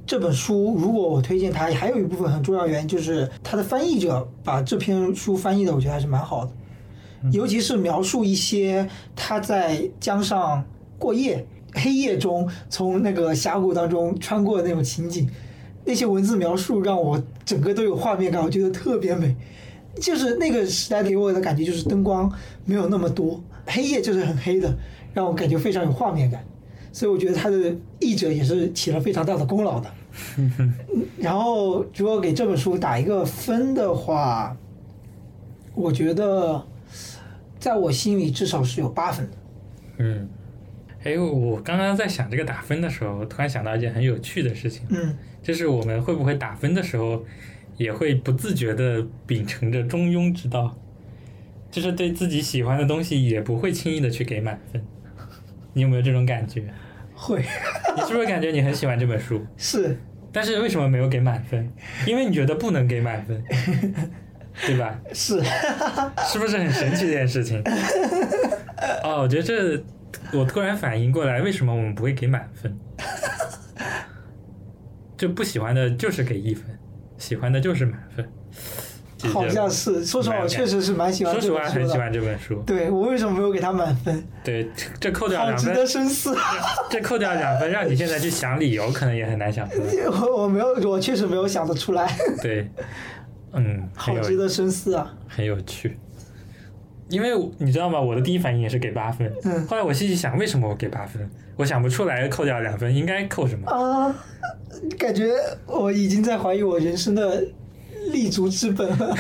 A: 这本书，如果我推荐它，还有一部分很重要原因就是它的翻译者把这篇书翻译的，我觉得还是蛮好的，尤其是描述一些他在江上过夜、黑夜中从那个峡谷当中穿过的那种情景，那些文字描述让我整个都有画面感，我觉得特别美。就是那个时代给我的感觉就是灯光没有那么多，黑夜就是很黑的，让我感觉非常有画面感。所以我觉得他的译者也是起了非常大的功劳
B: <laughs>
A: 的。嗯然后如果给这本书打一个分的话，我觉得在我心里至少是有八分的。
B: 嗯，哎，我刚刚在想这个打分的时候，我突然想到一件很有趣的事情，
A: 嗯，
B: 就是我们会不会打分的时候，也会不自觉的秉承着中庸之道，就是对自己喜欢的东西也不会轻易的去给满分。你有没有这种感觉？
A: 会
B: 你是不是感觉你很喜欢这本书，
A: 是
B: 但是为什么没有给满分？因为你觉得不能给满分， <laughs> 对吧？
A: 是，
B: 是不是很神奇这件事
A: <laughs>
B: 情？哦，我觉得这我突然反应过来，为什么我们不会给满分？就不喜欢的就是给一分，喜欢的就是满分。就这
A: 好像是。说实话，我确实是蛮喜欢
B: 说实
A: 这
B: 话
A: 本书
B: 很喜
A: 的。
B: 欢这本书。
A: 对我为什么没有给他满分？
B: 对，这扣掉
A: 好
B: 两
A: 值
B: 分
A: 得，深思。
B: 这扣掉两分，让你现在去想理由，可能也很难想出来。
A: <laughs> 我我没有，我确实没有想得出来，
B: 对，嗯，很
A: 好值
B: 有
A: 得深思啊。
B: 很有趣。因为你知道吗？我的第一反应也是给八分，
A: 嗯
B: 后来我细细想，为什么我给八分？我想不出来，扣掉两分应该扣什么？
A: 啊，感觉我已经在怀疑我人生的立足之本了。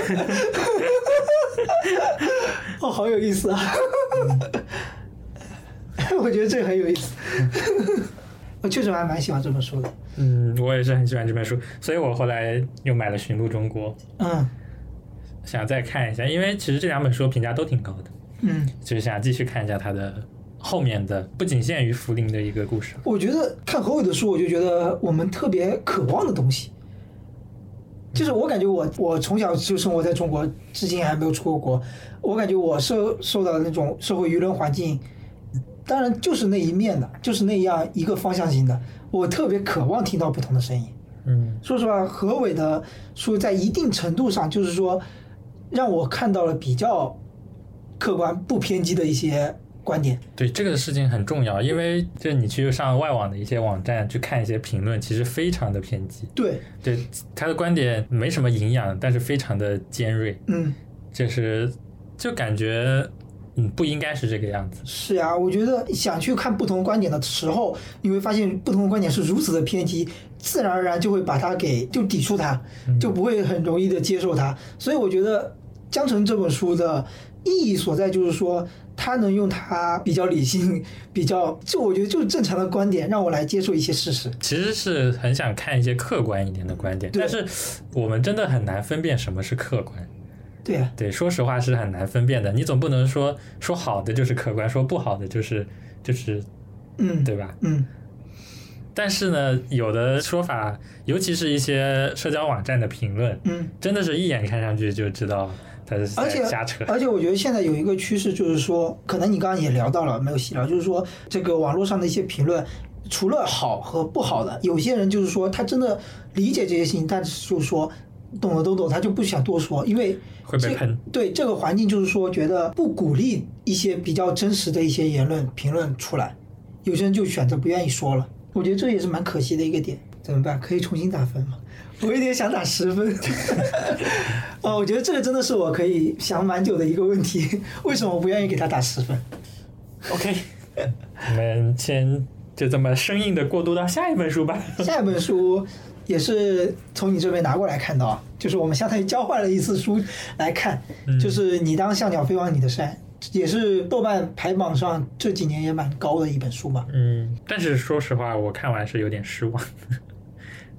A: 哦，好有意思啊！ <laughs> 我觉得这个很有意思。我确实还蛮喜欢这本书的。
B: 嗯，我也是很喜欢这本书，所以我后来又买了《寻路中国》，
A: 嗯
B: 想再看一下，因为其实这两本书评价都挺高的，
A: 嗯，
B: 就是想继续看一下它的后面的，不仅限于福林的一个故事。
A: 我觉得看侯伟的书，我就觉得我们特别渴望的东西，就是我感觉我我从小就生活在中国，至今还没有出过国。我感觉我受受到的那种社会舆论环境，当然就是那一面的，就是那样一个方向性的。我特别渴望听到不同的声音。
B: 嗯
A: 说实话，何伟的书在一定程度上就是说，让我看到了比较客观、不偏激的一些观点。
B: 对这个事情很重要，因为就你去上外网的一些网站去看一些评论，其实非常的偏激，
A: 对，
B: 对他的观点没什么营养，但是非常的尖锐，
A: 嗯。
B: 就是就感觉嗯不应该是这个样子。
A: 是呀、我觉得想去看不同观点的时候，你会发现不同的观点是如此的偏激，自然而然就会把它给就抵触它，就不会很容易的接受它。所以我觉得《江城》这本书的意义所在，就是说它能用它比较理性、比较就我觉得就是正常的观点，让我来接受一些事实。
B: 其实是很想看一些客观一点的观点，
A: 对
B: 但是我们真的很难分辨什么是客观。
A: 对啊呀、
B: 对，说实话是很难分辨的。你总不能说说好的就是客观，说不好的就是就是
A: 嗯，
B: 对吧？
A: 嗯，
B: 但是呢，有的说法，尤其是一些社交网站的评论，
A: 嗯，
B: 真的是一眼看上去就知道但是在
A: 而且
B: 瞎扯。
A: 而且我觉得现在有一个趋势，就是说，可能你刚刚也聊到了，没有细聊，就是说这个网络上的一些评论，除了好和不好的，有些人就是说他真的理解这些事情，但是就是说懂的都懂，他就不想多说，因为
B: 会被
A: 这
B: 喷
A: 对这个环境就是说，觉得不鼓励一些比较真实的一些言论评论出来，有些人就选择不愿意说了。我觉得这也是蛮可惜的一个点。怎么办？可以重新打分吗？我有点想打十分。 <laughs> 哦，我觉得这个真的是我可以想蛮久的一个问题，为什么我不愿意给他打十分？
B: OK，我们先就这么生硬的过渡到下一本书吧。
A: <laughs> 下一本书也是从你这边拿过来看的啊，就是我们相当于交换了一次书来看，就是你当像鸟飞往你的山，也是豆瓣排榜上这几年也蛮高的一本书嘛。
B: 嗯，但是说实话，我看完是有点失望。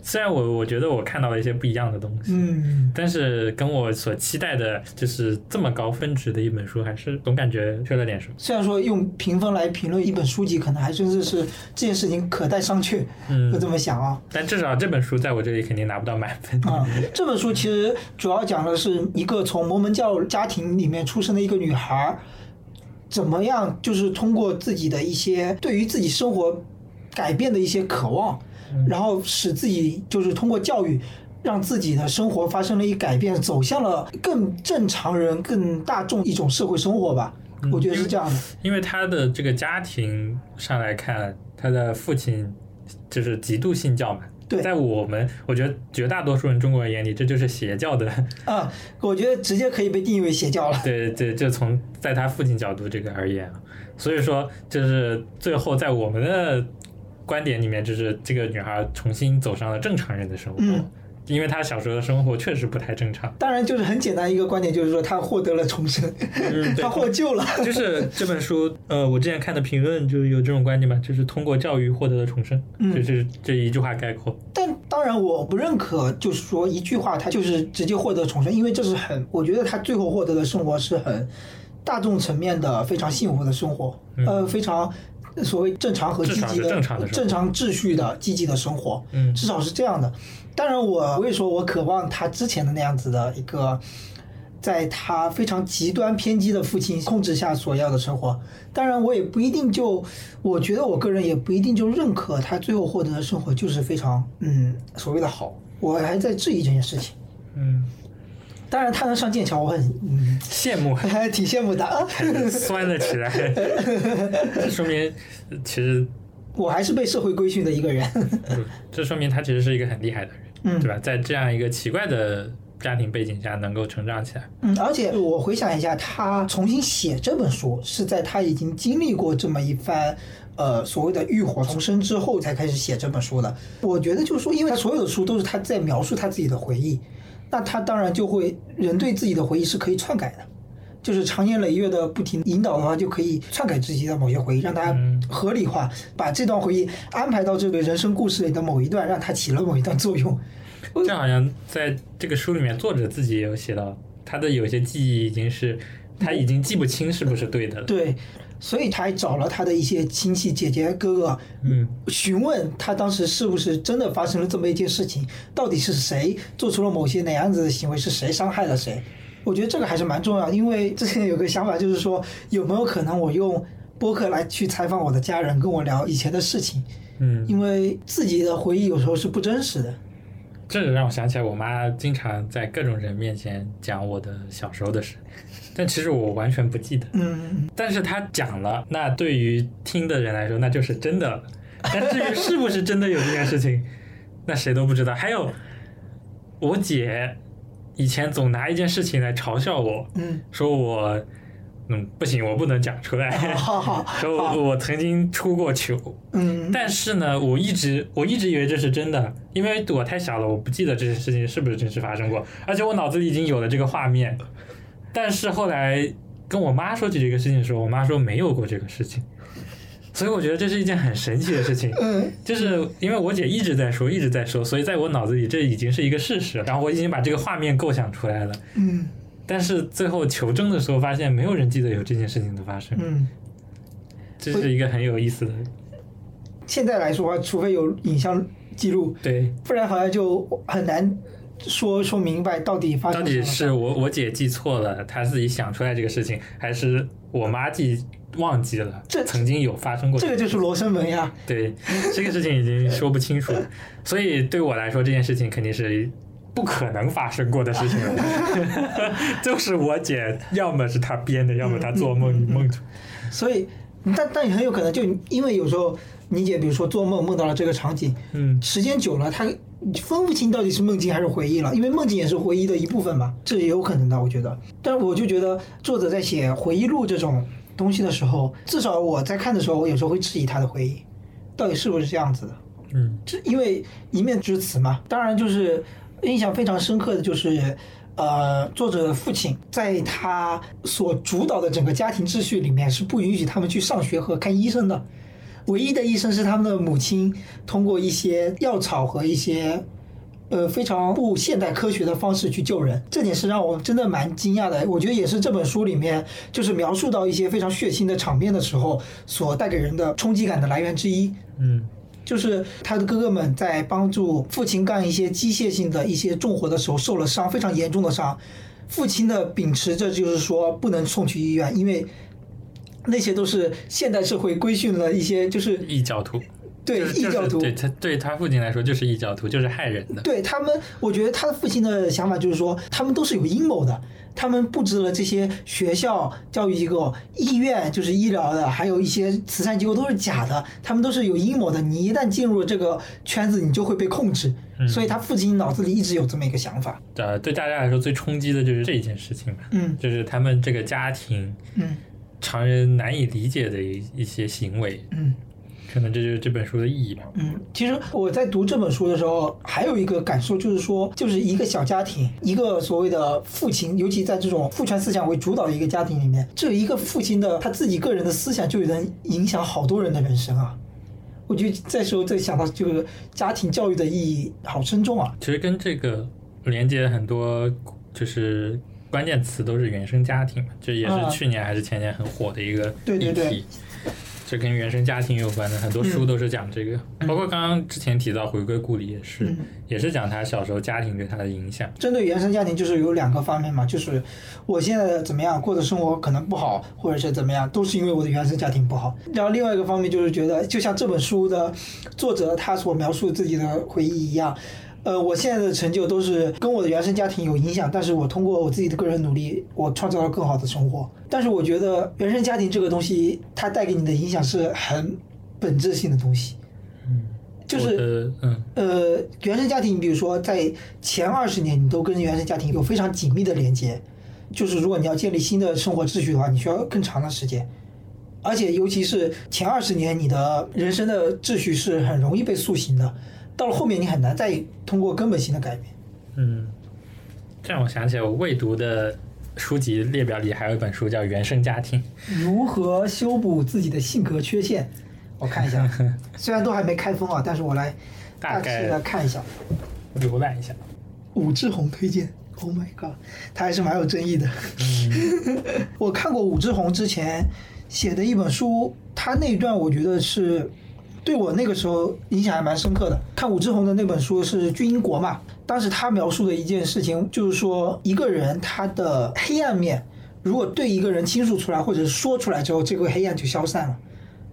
B: 虽然我我觉得我看到了一些不一样的东西，
A: 嗯，
B: 但是跟我所期待的，就是这么高分值的一本书，还是总感觉缺了点什么。
A: 虽然说用评分来评论一本书籍，可能还真的是这件事情可待商榷，
B: 嗯
A: 我这么想啊。
B: 但至少这本书在我这里肯定拿不到满分。
A: 啊、这本书其实主要讲的是一个从摩门教家庭里面出生的一个女孩儿，怎么样就是通过自己的一些对于自己生活改变的一些渴望，
B: 嗯
A: 然后使自己就是通过教育。让自己的生活发生了一改变，走向了更正常人、更大众一种社会生活吧，我觉得是这样的。
B: 嗯因为他的这个家庭上来看，他的父亲就是极度信教嘛。
A: 对
B: 在我们我觉得绝大多数人中国人眼里，这就是邪教的。
A: 啊、我觉得直接可以被定义为邪教了。
B: 对对，就从在他父亲角度这个而言啊，所以说就是最后在我们的观点里面，就是这个女孩重新走上了正常人的生活，
A: 嗯
B: 因为她小时候的生活确实不太正常。
A: 当然，就是很简单一个观点，就是说他获得了重生，
B: 嗯
A: <laughs>
B: 对
A: 他获救了。
B: <laughs> 就是这本书，呃，我之前看的评论就有这种观点嘛，就是通过教育获得了重生，
A: 嗯
B: 就是这一句话概括。
A: 但当然，我不认可，就是说一句话，他就是直接获得重生，因为这是很，我觉得他最后获得的生活是很大众层面的非常幸福的生活，
B: 嗯
A: 呃，非常所谓正常和积极
B: 至少是
A: 的
B: 正常的生活
A: 正常秩序的积极的生活，
B: 嗯
A: 至少是这样的。当然，我不会说我渴望他之前的那样子的一个。在他非常极端偏激的父亲控制下所要的生活。当然，我也不一定就，我觉得我个人也不一定就认可他最后获得的生活就是非常嗯所谓的好，我还在质疑这件事情。
B: 嗯，
A: 当然，他能上剑桥，我很嗯 <laughs>
B: 羡慕
A: 还挺羡慕的啊，
B: 酸了 <laughs> 起来，说明呃其实
A: 我还是被社会规训的一个人。
B: 嗯这说明他其实是一个很厉害的人，
A: 嗯
B: 对吧？在这样一个奇怪的家庭背景下能够成长起来，
A: 嗯，而且我回想一下，他重新写这本书是在他已经经历过这么一番。呃，所谓的浴火重生之后才开始写这本书的，我觉得就是说，因为他所有的书都是他在描述他自己的回忆，那他当然就会人对自己的回忆是可以篡改的，就是长年累月的不停引导的话，就可以篡改自己的某些回忆，让它
B: 嗯
A: 合理化，把这段回忆安排到这个人生故事里的某一段，让它起了某一段作用。
B: 这好像在这个书里面，作者自己也有写到，他的有些记忆已经是他已经记不清是不是对的了。
A: 对，所以他还找了他的一些亲戚、姐姐、哥哥，
B: 嗯，
A: 询问他当时是不是真的发生了这么一件事情，到底是谁做出了某些哪样子的行为，是谁伤害了谁？我觉得这个还是蛮重要的，因为之前有个想法就是说，有没有可能我用播客来去采访我的家人，跟我聊以前的事情？
B: 嗯，
A: 因为自己的回忆有时候是不真实的。
B: 这让我想起来，我妈经常在各种人面前讲我的小时候的事，但其实我完全不记得。
A: 嗯，
B: 但是她讲了，那对于听的人来说，那就是真的了。但至于是不是真的有这件事情，那谁都不知道。还有，我姐以前总拿一件事情来嘲笑我， <laughs>
A: 嗯，
B: 说我，嗯，不行，我不能讲出
A: <laughs>
B: 来。
A: 嗯好好
B: 说
A: 好，
B: 我我曾经出过糗，
A: 嗯，
B: 但是呢，我一直我一直以为这是真的，因为我太小了，我不记得这些事情是不是真实发生过，而且我脑子里已经有了这个画面。但是后来跟我妈说起这个事情的时候，我妈说没有过这个事情，所以我觉得这是一件很神奇的事情。
A: 嗯，
B: 就是因为我姐一直在说，一直在说，所以在我脑子里这已经是一个事实，然后我已经把这个画面构想出来了。
A: 嗯
B: 但是最后求证的时候，发现没有人记得有这件事情的发生，
A: 嗯。
B: 这是一个很有意思的。
A: 啊现在来说的话，除非有影像记录，
B: 对，
A: 不然好像就很难说说明白到底发
B: 到
A: 生
B: 底
A: 什
B: 是
A: 么。
B: 我我姐记错了，她自己想出来这个事情，还是我妈记忘记了？
A: 这
B: 曾经有发生过
A: 这个就是罗生门呀，
B: 对这个事情已经说不清
A: <laughs>
B: 楚了，所以对我来说这件事情肯定是不可能发生过的事
A: <laughs>
B: 情了， <laughs> 就是我姐要么是她编的，要么她做梦
A: 嗯
B: 梦出。
A: 所以，但但也很有可能，就因为有时候你姐比如说做梦梦到了这个场景，
B: 嗯，
A: 时间久了，她分不清到底是梦境还是回忆了，因为梦境也是回忆的一部分嘛，这也有可能的，我觉得。但我就觉得作者在写回忆录这种东西的时候，至少我在看的时候，我有时候会质疑他的回忆，到底是不是这样子的。
B: 嗯
A: 这因为一面之词嘛，当然就是印象非常深刻的就是，呃，作者的父亲在他所主导的整个家庭秩序里面是不允许他们去上学和看医生的，唯一的医生是他们的母亲通过一些药草和一些。呃，非常不现代科学的方式去救人，这点是让我真的蛮惊讶的。我觉得也是这本书里面，就是描述到一些非常血腥的场面的时候，所带给人的冲击感的来源之一。
B: 嗯
A: 就是他的哥哥们在帮助父亲干一些机械性的一些重活的时候受了伤，非常严重的伤。父亲的秉持着就是说不能送去医院，因为那些都是现代社会规训了一些，就是
B: 异教徒，
A: 对
B: 就是
A: 异教徒，
B: 就是对他对他父亲来说就是异教徒，就是害人的。
A: 对他们，我觉得他父亲的想法就是说，他们都是有阴谋的。他们布置了这些学校、教育机构、医院，就是医疗的，还有一些慈善机构都是假的，他们都是有阴谋的。你一旦进入了这个圈子，你就会被控制。所以他父亲脑子里一直有这么一个想法。
B: 呃，对大家来说最冲击的就是这一件事情吧，
A: 嗯
B: 就是他们这个家庭
A: 嗯
B: 常人难以理解的一一些行为，
A: 嗯
B: 可能这就是这本书的意义吧。
A: 嗯。其实我在读这本书的时候，还有一个感受就是说，就是一个小家庭，一个所谓的父亲，尤其在这种父权思想为主导的一个家庭里面，这一个父亲的他自己个人的思想，就能影响好多人的人生啊。我就这时候在想到这个家庭教育的意义好深重啊。
B: 其实跟这个连接很多，就是关键词都是原生家庭嘛，这也
A: 嗯
B: 是去年还是前年很火的一个议题。
A: 对对对
B: 这跟原生家庭有关的很多书都是讲这个，包括刚刚之前提到《回归故里》也是，
A: 嗯
B: 也是讲他小时候家庭对他的影响。
A: 针对原生家庭，就是有两个方面嘛，就是我现在怎么样过的生活可能不好，或者是怎么样，都是因为我的原生家庭不好。然后另外一个方面就是觉得，就像这本书的作者他所描述自己的回忆一样，呃，我现在的成就都是跟我的原生家庭有影响，但是我通过我自己的个人努力，我创造了更好的生活。但是我觉得原生家庭这个东西，它带给你的影响是很本质性的东西，
B: 嗯，
A: 就是
B: 我的嗯，
A: 呃，原生家庭，比如说在前二十年，你都跟原生家庭有非常紧密的连接。就是如果你要建立新的生活秩序的话，你需要更长的时间，而且尤其是前二十年，你的人生的秩序是很容易被塑形的，到了后面你很难再通过根本性的改变。
B: 嗯，这让我想起来我未读的书籍列表里还有一本书叫《原生家庭》，
A: 如何修补自己的性格缺陷？我看一下，啊
B: <laughs>
A: 虽然都还没开封啊，但是我来大
B: 大
A: 致
B: 概
A: 的看一下。
B: 浏览一下。
A: 武志红推荐，Oh my god，他还是蛮有争议的。 <laughs> 我看过武志红之前写的一本书，他那一段我觉得是对我那个时候影响还蛮深刻的。看武志红的那本书是《军英国》嘛，当时他描述的一件事情就是说，一个人他的黑暗面，如果对一个人倾诉出来或者说出来之后，这个黑暗就消散了。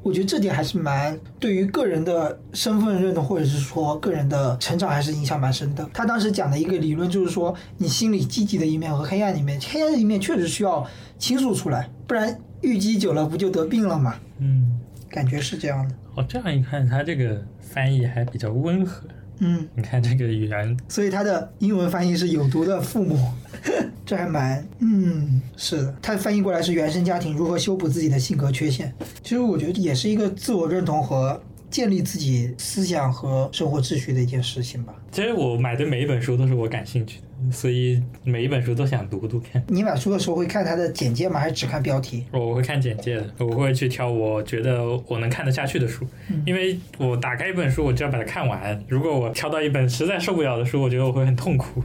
A: 我觉得这点还是蛮对于个人的身份认同，或者是说个人的成长，还是影响蛮深的。他当时讲的一个理论就是说，你心里积极的一面和黑暗的一面，黑暗的一面确实需要倾诉出来，不然郁积久了不就得病了嘛？
B: 嗯。
A: 感觉是这样的。
B: 哦，这样一看，他这个翻译还比较温和。
A: 嗯，
B: 你看这个语言，
A: 所以他的英文翻译是有毒的父母， <laughs> 这还蛮嗯是的，他翻译过来是原生家庭如何修补自己的性格缺陷。其实我觉得也是一个自我认同和建立自己思想和生活秩序的一件事情吧。
B: 其实我买的每一本书都是我感兴趣的，所以每一本书都想读读看。
A: 你买书的时候会看它的简介吗？还是只看标题？
B: 我会看简介的，我会去挑我觉得我能看得下去的书，因为我打开一本书，我就要把它看完。如果我挑到一本实在受不了的书，我觉得我会很痛苦，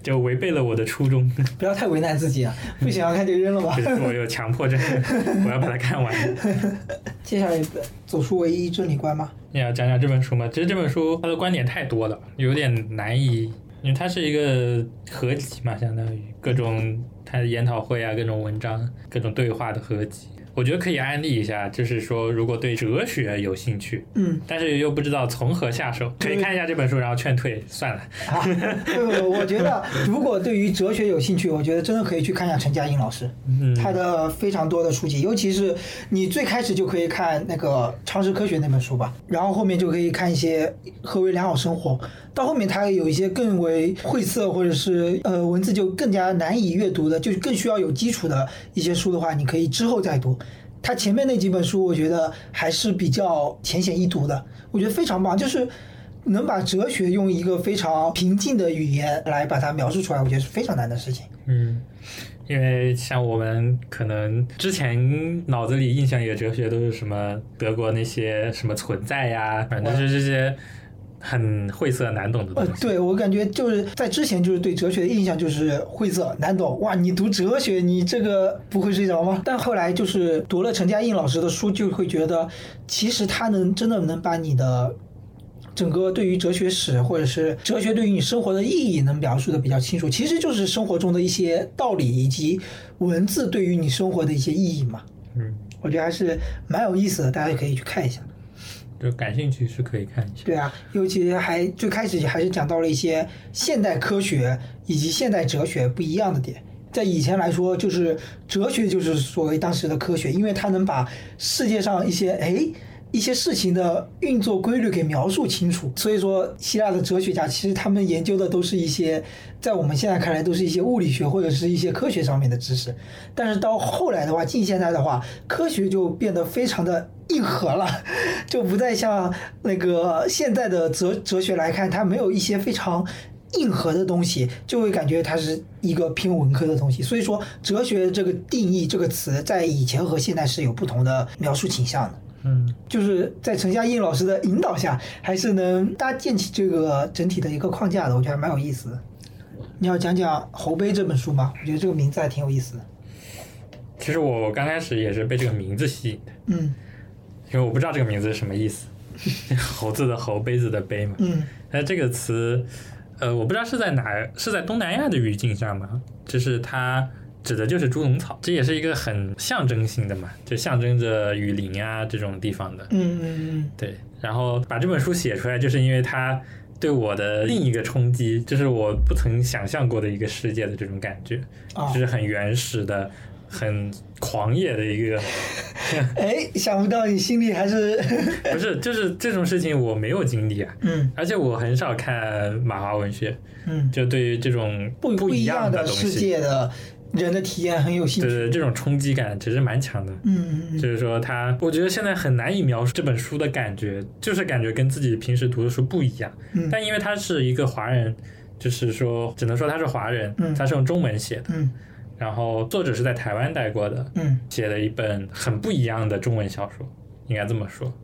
B: 就违背了我的初衷。
A: <laughs> 不要太为难自己 <laughs> 啊！不想要看就扔了吧
B: 就。是我有强迫症，我要把它看完。
A: 接下来走出唯
B: 哎
A: 一真理观吗？
B: 你要讲讲这本书吗？其实这本书它的观点太多了，有点难以因为它是一个合集嘛，相当于各种它的研讨会啊、各种文章、各种对话的合集。我觉得可以安利一下，就是说如果对哲学有兴趣，
A: <laughs> 嗯，
B: 但是又不知道从何下手，可以看一下这本书，然后劝退算了。
A: 啊，呃我觉得如果对于哲学有兴趣，我觉得真的可以去看一下陈嘉映老师，
B: 嗯，
A: 他的非常多的书籍，尤其是你最开始就可以看那个《常识科学》那本书吧，然后后面就可以看一些《何为良好生活》，到后面他有一些更为晦涩或者是呃文字就更加难以阅读的，就是更需要有基础的一些书的话，你可以之后再读。他前面那几本书，我觉得还是比较浅显易读的，我觉得非常棒，就是能把哲学用一个非常平静的语言来把它描述出来，我觉得是非常难的事情。
B: 嗯，因为像我们可能之前脑子里印象里的哲学都是什么德国那些什么存在呀、反正就是这些很晦涩难懂的
A: 呃
B: 东，西。
A: 对我感觉就是在之前就是对哲学的印象就是晦涩难懂，哇，你读哲学你这个不会睡着吗？但后来就是读了陈嘉映老师的书，就会觉得其实他能真的能把你的整个对于哲学史或者是哲学对于你生活的意义能描述的比较清楚，其实就是生活中的一些道理以及文字对于你生活的一些意义嘛。
B: 嗯，
A: 我觉得还是蛮有意思的，大家也可以去看一下。
B: 就感兴趣是可以看一下。
A: 对啊，尤其还最开始还是讲到了一些现代科学以及现代哲学不一样的点。在以前来说，就是哲学就是所谓当时的科学，因为它能把世界上一些哎一些事情的运作规律给描述清楚。所以说，希腊的哲学家其实他们研究的都是一些在我们现在看来都是一些物理学或者是一些科学上面的知识，但是到后来的话，近现代的话，科学就变得非常的硬核了， <laughs> 就不再像那个现在的哲哲学来看，它没有一些非常硬核的东西，就会感觉它是一个偏文科的东西。所以说，哲学这个定义这个词，在以前和现在是有不同的描述倾向的。
B: 嗯，
A: 就是在陈嘉映老师的引导下，还是能搭建起这个整体的一个框架的，我觉得还蛮有意思的。你要讲讲《侯杯》这本书吗？我觉得这个名字还挺有意思的。
B: 其实我刚开始也是被这个名字吸引的，
A: 嗯
B: 因为我不知道这个名字是什么意思， <laughs> 猴子的猴，杯子的杯嘛。
A: 嗯
B: 那这个词，呃，我不知道是在哪，是在东南亚的语境上吗？就是它指的就是猪笼草，这也是一个很象征性的嘛，就象征着雨林啊这种地方的。
A: 嗯嗯
B: 对，然后把这本书写出来，就是因为它对我的另一个冲击，就是我不曾想象过的一个世界的这种感觉，
A: 嗯啊
B: 就！是很原始的、很狂野的一个，
A: 哎，想不到你心里还是
B: 不是，就是这种事情我没有经历啊。
A: 嗯
B: 而且我很少看马华文学，
A: 嗯
B: 就对于这种
A: 不
B: 不
A: 一
B: 样
A: 的
B: 东
A: 世
B: 西，
A: 界的人的体验很有兴
B: 对
A: 趣。
B: 对，这种冲击感其实蛮强的。
A: 嗯嗯
B: 就是说它，我觉得现在很难以描述这本书的感觉，就是感觉跟自己平时读的书不一样。
A: 嗯
B: 但因为他是一个华人，就是说只能说他是华人
A: 嗯，
B: 他是用中文写的，
A: 嗯
B: 然后作者是在台湾待过的，
A: 嗯
B: 写了一本很不一样的中文小说，应该这么说，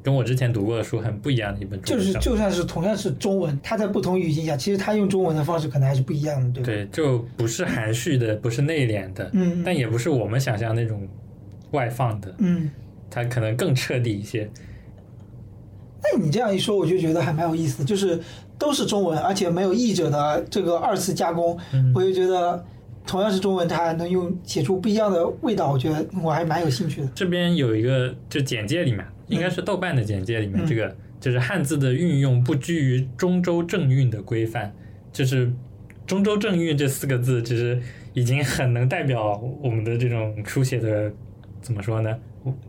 B: 跟我之前读过的书很不一样的一本中
A: 就是
B: 文小说。
A: 就算是同样是中文，它在不同语境下，其实它用中文的方式可能还是不一样的，对吧？
B: 对，就不是含蓄的，不是内敛的，
A: 嗯
B: 但也不是我们想象那种外放的，
A: 嗯，
B: 它可能更彻底一些。
A: 那你这样一说，我就觉得还蛮有意思，就是都是中文，而且没有译者的这个二次加工，
B: 嗯
A: 我就觉得同样是中文，它还能用写出不一样的味道，我觉得我还蛮有兴趣的。
B: 这边有一个，就简介里面，应该是豆瓣的简介里面，
A: 嗯
B: 这个就是汉字的运用不拘于中州正韵的规范，就是中州正韵这四个字，其实已经很能代表我们的这种书写的，怎么说呢？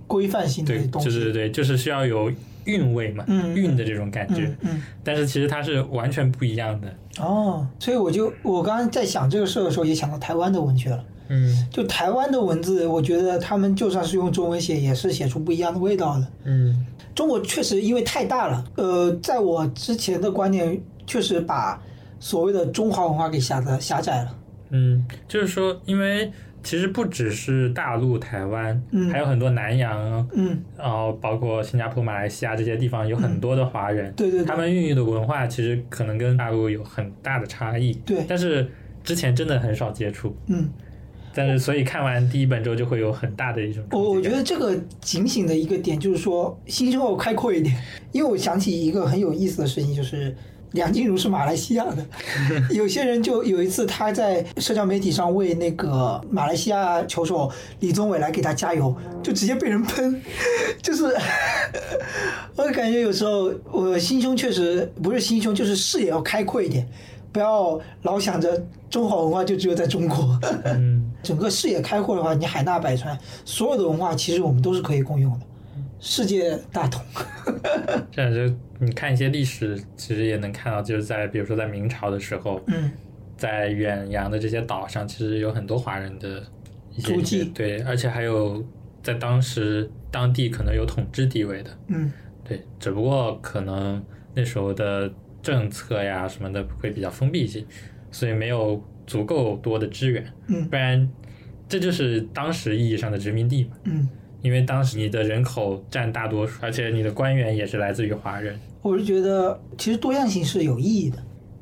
A: 规范性的
B: 对，
A: 东
B: 就
A: 西，
B: 是对，就是需要有韵味嘛，
A: 嗯
B: 韵的这种感觉。
A: 嗯嗯。
B: 但是其实它是完全不一样的。
A: 哦，所以我就我刚刚在想这个事儿的时候，也想到台湾的文学了。
B: 嗯
A: 就台湾的文字，我觉得他们就算是用中文写，也是写出不一样的味道的。
B: 嗯
A: 中国确实因为太大了，呃，在我之前的观念，确实把所谓的中华文化给狭的狭窄了。
B: 嗯，就是说，因为其实不只是大陆、台湾，
A: 嗯
B: 还有很多南洋，
A: 嗯，
B: 然后包括新加坡、马来西亚这些地方，有很多的华人，
A: 对对对，
B: 他们孕育的文化其实可能跟大陆有很大的差异。
A: 对，
B: 但是之前真的很少接触，
A: 嗯，
B: 但是所以看完第一本之后，就会有很大的一种
A: 我我
B: 冲击
A: 觉
B: 感
A: 得这个警醒的一个点就是说，心胸要开阔一点。因为我想起一个很有意思的事情，就是梁静茹是马来西亚的。有些人就有一次他在社交媒体上为那个马来西亚球手李宗伟来给他加油，就直接被人喷， <laughs> 就是我感觉有时候我心胸确实不是心胸，就是视野要开阔一点，不要老想着中华文化就只有在中国。
B: 嗯，
A: 整个视野开阔的话，你海纳百川，所有的文化其实我们都是可以共用的，世界大同。
B: 这样就你看一些历史，其实也能看到，就是在比如说在明朝的时候，
A: 嗯，
B: 在远洋的这些岛上，其实有很多华人的一些
A: 足迹
B: 对，而且还有在当时当地可能有统治地位的，
A: 嗯，
B: 对，只不过可能那时候的政策呀什么的会比较封闭一些，所以没有足够多的资源，
A: 嗯
B: 不然这就是当时意义上的殖民地嘛。
A: 嗯，
B: 因为当时你的人口占大多数，而且你的官员也是来自于华人。
A: 我是觉得其实多样性是有意义的。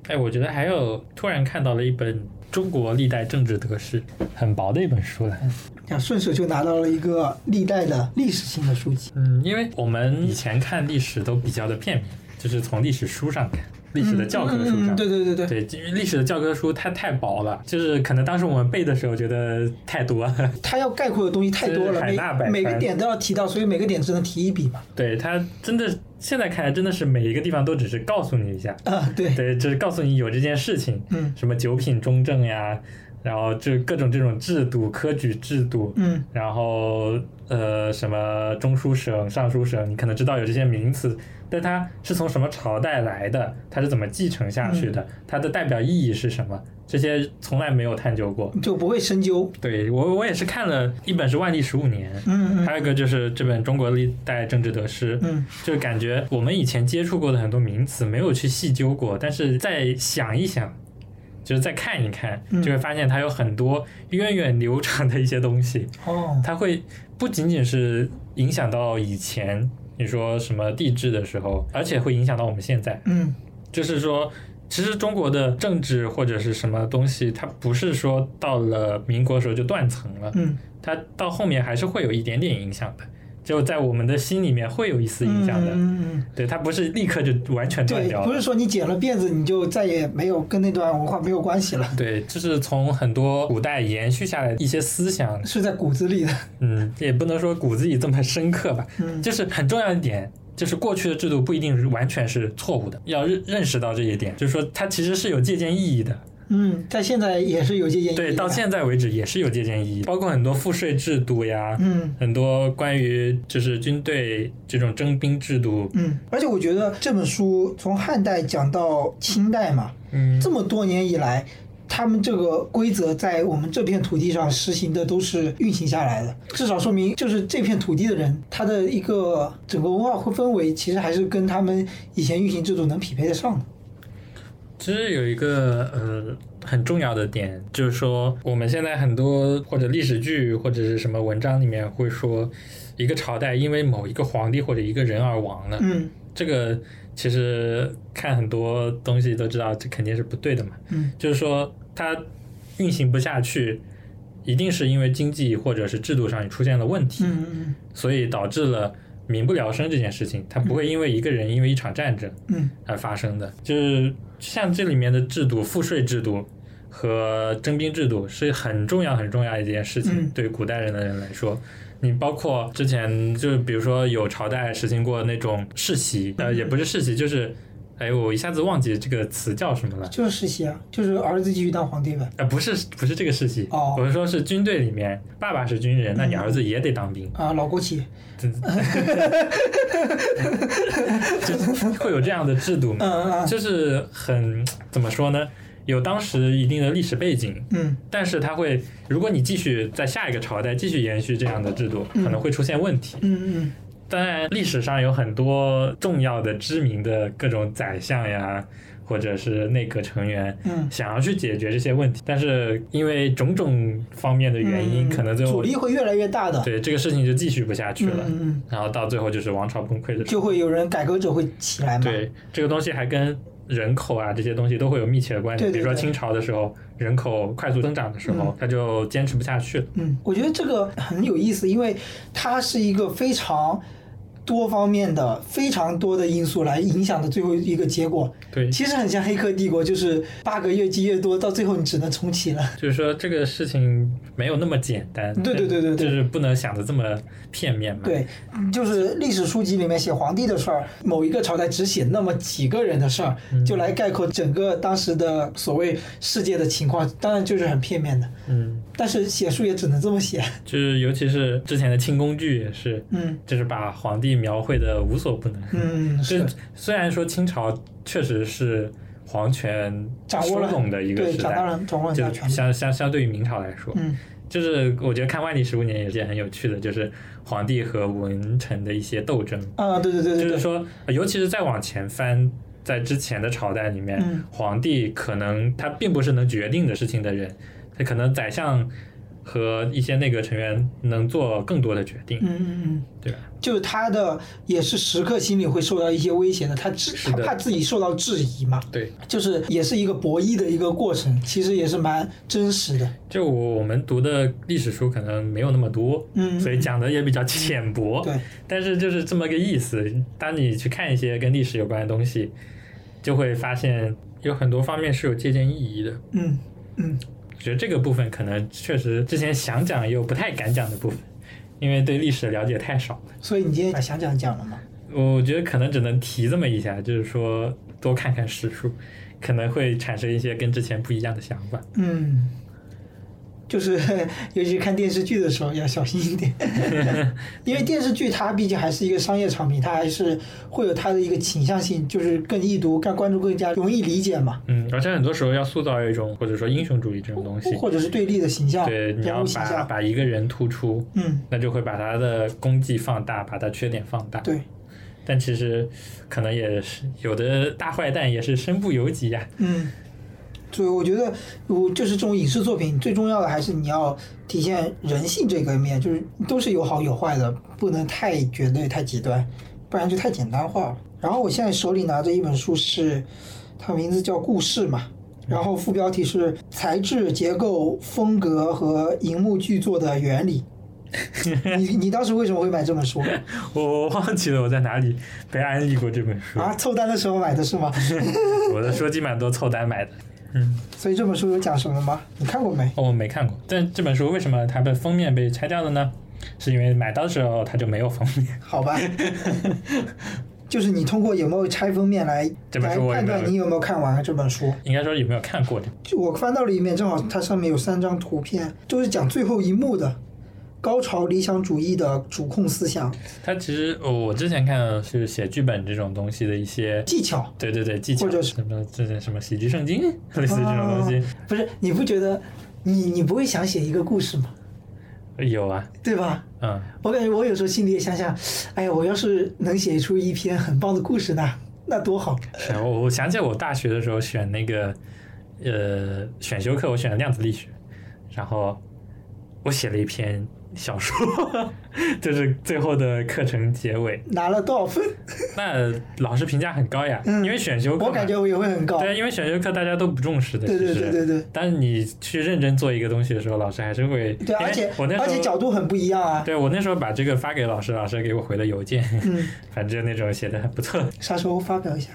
B: 哎，我觉得还有突然看到了一本《中国历代政治得失》，很薄的一本书来。
A: 这样顺手就拿到了一个历代的历史性的书籍。
B: 嗯，因为我们以前看历史都比较的片面，就是从历史书上看，历史的教科
A: 嗯
B: 书
A: 嗯嗯
B: 上。
A: 对对对对，
B: 对，因为历史的教科书它太薄了，就是可能当时我们背的时候觉得太多了， <laughs>
A: 它要概括的东西太多
B: 就是
A: 了，
B: 海纳百
A: 每每个
B: 川
A: 点都要提到，所以每个点只能提一笔嘛。
B: 对它真的现在看来真的是每一个地方都只是告诉你一下，
A: 啊，对，
B: 对，就是告诉你有这件事情，
A: 嗯
B: 什么九品中正呀，然后就各种这种制度、科举制度，
A: 嗯
B: 然后呃什么中书省、尚书省，你可能知道有这些名词，但它是从什么朝代来的，它是怎么继承下去的，它的代表意义是什么，这些从来没有探究过。
A: 就不会深究。
B: 对我，我也是看了一本是《万历十五年》，
A: 嗯
B: 还有一个就是这本《中国历代政治得失》，
A: 嗯
B: 就感觉我们以前接触过的很多名词没有去细究过，但是再想一想，就是再看一看，
A: 嗯
B: 就会发现它有很多源远流长的一些东西，
A: 嗯，哦，
B: 它会不仅仅是影响到以前你说什么地质的时候，而且会影响到我们现在。
A: 嗯
B: 就是说，其实中国的政治或者是什么东西，它不是说到了民国时候就断层了，
A: 嗯
B: 它到后面还是会有一点点影响的，就在我们的心里面会有一丝影响的。
A: 嗯嗯嗯，
B: 对，它不是立刻就完全断
A: 对，
B: 掉
A: 不是
B: 了。
A: 说你剪了辫子你就再也没有跟那段文化没有关系了， <laughs>
B: 对，这是从很多古代延续下来的一些思想，
A: 是在骨子里的。
B: 嗯，也不能说骨子里这么深刻吧，
A: 嗯
B: 就是很重要一点，就是过去的制度不一定是完全是错误的，要认认识到这一点，就是说它其实是有借鉴意义的。
A: 嗯，在现在也是有些演绎。
B: 对，到现在为止也是有借鉴意义的，包括很多赋税制度呀，
A: 嗯
B: 很多关于就是军队这种征兵制度，
A: 嗯，而且我觉得这本书从汉代讲到清代嘛，
B: 嗯
A: 这么多年以来，他们这个规则在我们这片土地上实行的都是运行下来的，至少说明就是这片土地的人，他的一个整个文化和氛围，其实还是跟他们以前运行制度能匹配得上的。
B: 其实有一个呃很重要的点，就是说我们现在很多或者历史剧或者是什么文章里面会说，一个朝代因为某一个皇帝或者一个人而亡了。
A: 嗯
B: 这个其实看很多东西都知道，这肯定是不对的嘛。
A: 嗯
B: 就是说它运行不下去，一定是因为经济或者是制度上出现了问题，
A: 嗯嗯
B: 所以导致了民不聊生这件事情。它不会因为一个人因为一场战争。
A: 嗯
B: 而发生的，就是像这里面的制度，赋税制度和征兵制度是很重要、很重要一件事情。
A: 嗯
B: 对古代人的人来说，你包括之前就是比如说有朝代实行过那种世袭，呃，
A: 嗯
B: 也不是世袭，就是哎，我一下子忘记这个词叫什么了
A: 嗯，。就是世袭啊，就是儿子继续当皇帝呗。
B: 呃，不是不是这个世袭，
A: 哦
B: 我是说是军队里面，爸爸是军人，那你儿子也得当兵，
A: 啊，老国企，
B: 就是会有这样的制度嘛，
A: 嗯嗯
B: 就是很怎么说呢？有当时一定的历史背景，
A: 嗯
B: 但是它会，如果你继续在下一个朝代继续延续这样的制度，可
A: 嗯
B: 能会出现问题。
A: 嗯
B: 当然，历史上有很多重要的、知名的各种宰相呀，或者是内阁成员。
A: 嗯嗯，
B: 想要去解决这些问题，但是因为种种方面的原因，
A: 嗯
B: 可能最
A: 阻
B: 后
A: 力会越来越大的。
B: 对这个事情就继续不下去
A: 嗯
B: 了，
A: 嗯嗯，
B: 然后到最后就是王朝崩溃的。
A: 就会有人改革者会起来嘛。
B: 对这个东西还跟人口啊这些东西都会有密切的关系。
A: 对对
B: 比如说
A: 对
B: 清朝的时候，人口快速增长的时候，
A: 嗯
B: 它就坚持不下去了。
A: 嗯，我觉得这个很有意思，因为它是一个非常多方面的非常多的因素来影响的最后一个结果。
B: 对，
A: 其实很像《黑客帝国》，就是八个越积越多，到最后你只能重启了。
B: 就是说这个事情没有那么简单。
A: 嗯对对对对对
B: 就是不能想的这么片面嘛。
A: 对，就是历史书籍里面写皇帝的事儿，某一个朝代只写那么几个人的事儿，
B: 嗯
A: 就来概括整个当时的所谓世界的情况，当然就是很片面的。
B: 嗯，
A: 但是写书也只能这么写。
B: 就是尤其是之前的清宫剧也是，
A: 嗯
B: 就是把皇帝描绘的无所不能。 <laughs>
A: 嗯，
B: 就是虽然说清朝确实是皇权
A: 掌握
B: 收
A: 了
B: 拢的一个
A: 对，
B: 时
A: 掌握
B: 代，
A: 了掌握了
B: 就
A: 大权力。
B: 相相相对于明朝来说，
A: 嗯
B: 就是我觉得看《万历十五年》也是件很有趣的，就是皇帝和文臣的一些斗争。
A: 啊，对对对
B: 就
A: 对
B: 是
A: 对，
B: 说，呃尤其是再往前翻，在之前的朝代里面，
A: 嗯
B: 皇帝可能他并不是能决定的事情的人，他可能宰相和一些内阁成员能做更多的决定，
A: 嗯嗯嗯。
B: 对吧？
A: 就是他的也是时刻心里会受到一些威胁的，他自
B: 是
A: 他
B: 的
A: 怕自己受到质疑嘛，
B: 对，
A: 就是也是一个博弈的一个过程，其实也是蛮真实的。
B: 就我我们读的历史书可能没有那么多，
A: 嗯
B: 所以讲的也比较浅薄，
A: 对，
B: 但是就是这么个意思。当你去看一些跟历史有关的东西，就会发现有很多方面是有借鉴意义的。
A: 嗯嗯，
B: 我觉得这个部分可能确实之前想讲又不太敢讲的部分，因为对历史了解太少了。
A: 所以你今天想讲讲了吗？
B: 我觉得可能只能提这么一下，就是说多看看史书，可能会产生一些跟之前不一样的想法。
A: 嗯，就是 <laughs> 尤其看电视剧的时候要小心一点，
B: <laughs>
A: 因为电视剧它毕竟还是一个商业产品，它还是会有它的一个倾向性，就是更易读，让观众更加容易理解嘛，
B: 嗯，而且很多时候要塑造一种或者说英雄主义这种东西，
A: 或者是对立的形象，
B: 对，你
A: 人
B: 要
A: 物形
B: 把
A: 象，
B: 把一个人突出，
A: 嗯，
B: 那就会把他的功绩放大，把他缺点放大。
A: 对，
B: 但其实可能也是有的大坏蛋也是身不由己呀、 <laughs>
A: 嗯，所以我觉得，呃我就是这种影视作品最重要的还是你要体现人性这个面，就是都是有好有坏的，不能太绝对、太极端，不然就太简单化了。然后我现在手里拿着一本书是，它名字叫《故事》嘛，然后副标题是“材质、结构、风格和荧幕剧作的原理”。 <laughs> 你你当时为什么会买这本书
B: 我我忘记了我在哪里被安利过这本书，
A: 啊？凑单的时候买的是吗？ <laughs>
B: <laughs> 我的书基本上都凑单买的。嗯，
A: 所以这本书有讲什么吗？你看过没？
B: 哦，我没看过。但这本书为什么它的封面被拆掉了呢？是因为买到的时候它就没有封面。 <laughs>
A: 好吧， <laughs> 就是你通过有没有拆封面来
B: 这本
A: 来
B: 书我也
A: 判
B: 没有
A: 断你有没有看完这本书。
B: 应该说有没有看过的？
A: 就我翻到了一面，正好它上面有三张图片，都是讲最后一幕的高潮理想主义的主控思想
B: 它其实、哦我之前看的是写剧本这种东西的一些，
A: 技巧。
B: 对对对，技巧，
A: 或者是
B: 什么这这什么喜剧圣经，类似这种东西、
A: 啊不是你不觉得你你不会想写一个故事吗？
B: 有啊，
A: 对吧？
B: 嗯，
A: 我感觉我有时候心里也想想，哎呀，我要是能写出一篇很棒的故事呢，那多好。
B: 是啊我我想起我大学的时候选那个呃选修课，我选了量子力学，然后我写了一篇小说， <laughs> 就是最后的课程结尾。
A: 拿了多少分？
B: <laughs> 那老师评价很高呀，
A: 嗯
B: 因为选修课嘛
A: 我感觉我也会很高。
B: 对，因为选修课大家都不重视的，
A: 对对
B: 其实
A: 对对对。
B: 但是你去认真做一个东西的时候，老师还是会
A: 对，
B: 因为
A: 而且
B: 我那时候
A: 而且角度很不一样啊。
B: 对我那时候把这个发给老师，老师给我回了邮件，
A: 嗯，
B: <laughs> 反正那种写的很不错。
A: 啥时候发表一下？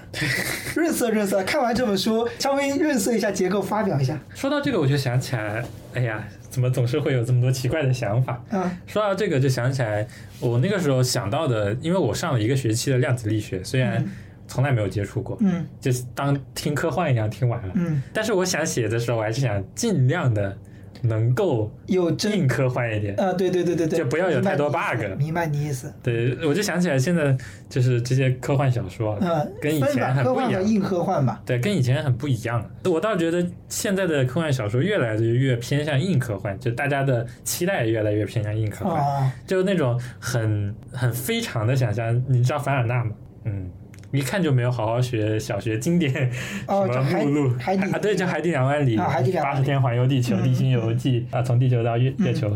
A: 润色润色，看完这本书稍微润色一下结构，发表一下。
B: 说到这个，我就想起来，哎呀，怎么总是会有这么多奇怪的想法？
A: 啊，
B: 说到这个，就想起来我那个时候想到的，因为我上了一个学期的量子力学，虽然从来没有接触过，
A: 嗯
B: 就是当听科幻一样听完了。
A: 嗯，
B: 但是我想写的时候，我还是想尽量的能够
A: 有真
B: 硬科幻一点。
A: 啊，对对对对对，
B: 就不要有太多
A: 明白你意思
B: bug
A: 明白你意思。
B: 对，我就想起来现在就是这些科幻小说，
A: 嗯，
B: 跟以
A: 分
B: 前
A: 吧，
B: 很
A: 科
B: 不一
A: 幻和
B: 样。
A: 硬科幻吧。
B: 对，跟以前很不一样了。我倒觉得现在的科幻小说越来越偏向硬科幻，就大家的期待越来越偏向硬科幻，
A: 啊，
B: 就是那种很很非常的想象。你知道凡尔纳吗？嗯，一看就没有好好学小学经典，
A: 哦
B: 什么
A: 叫海
B: 目录
A: 海底
B: 啊，对，叫海底两万里，
A: 啊海底两万
B: 八
A: 里
B: 十天环游地球，
A: 嗯
B: 地心游记啊，从地球到月月球，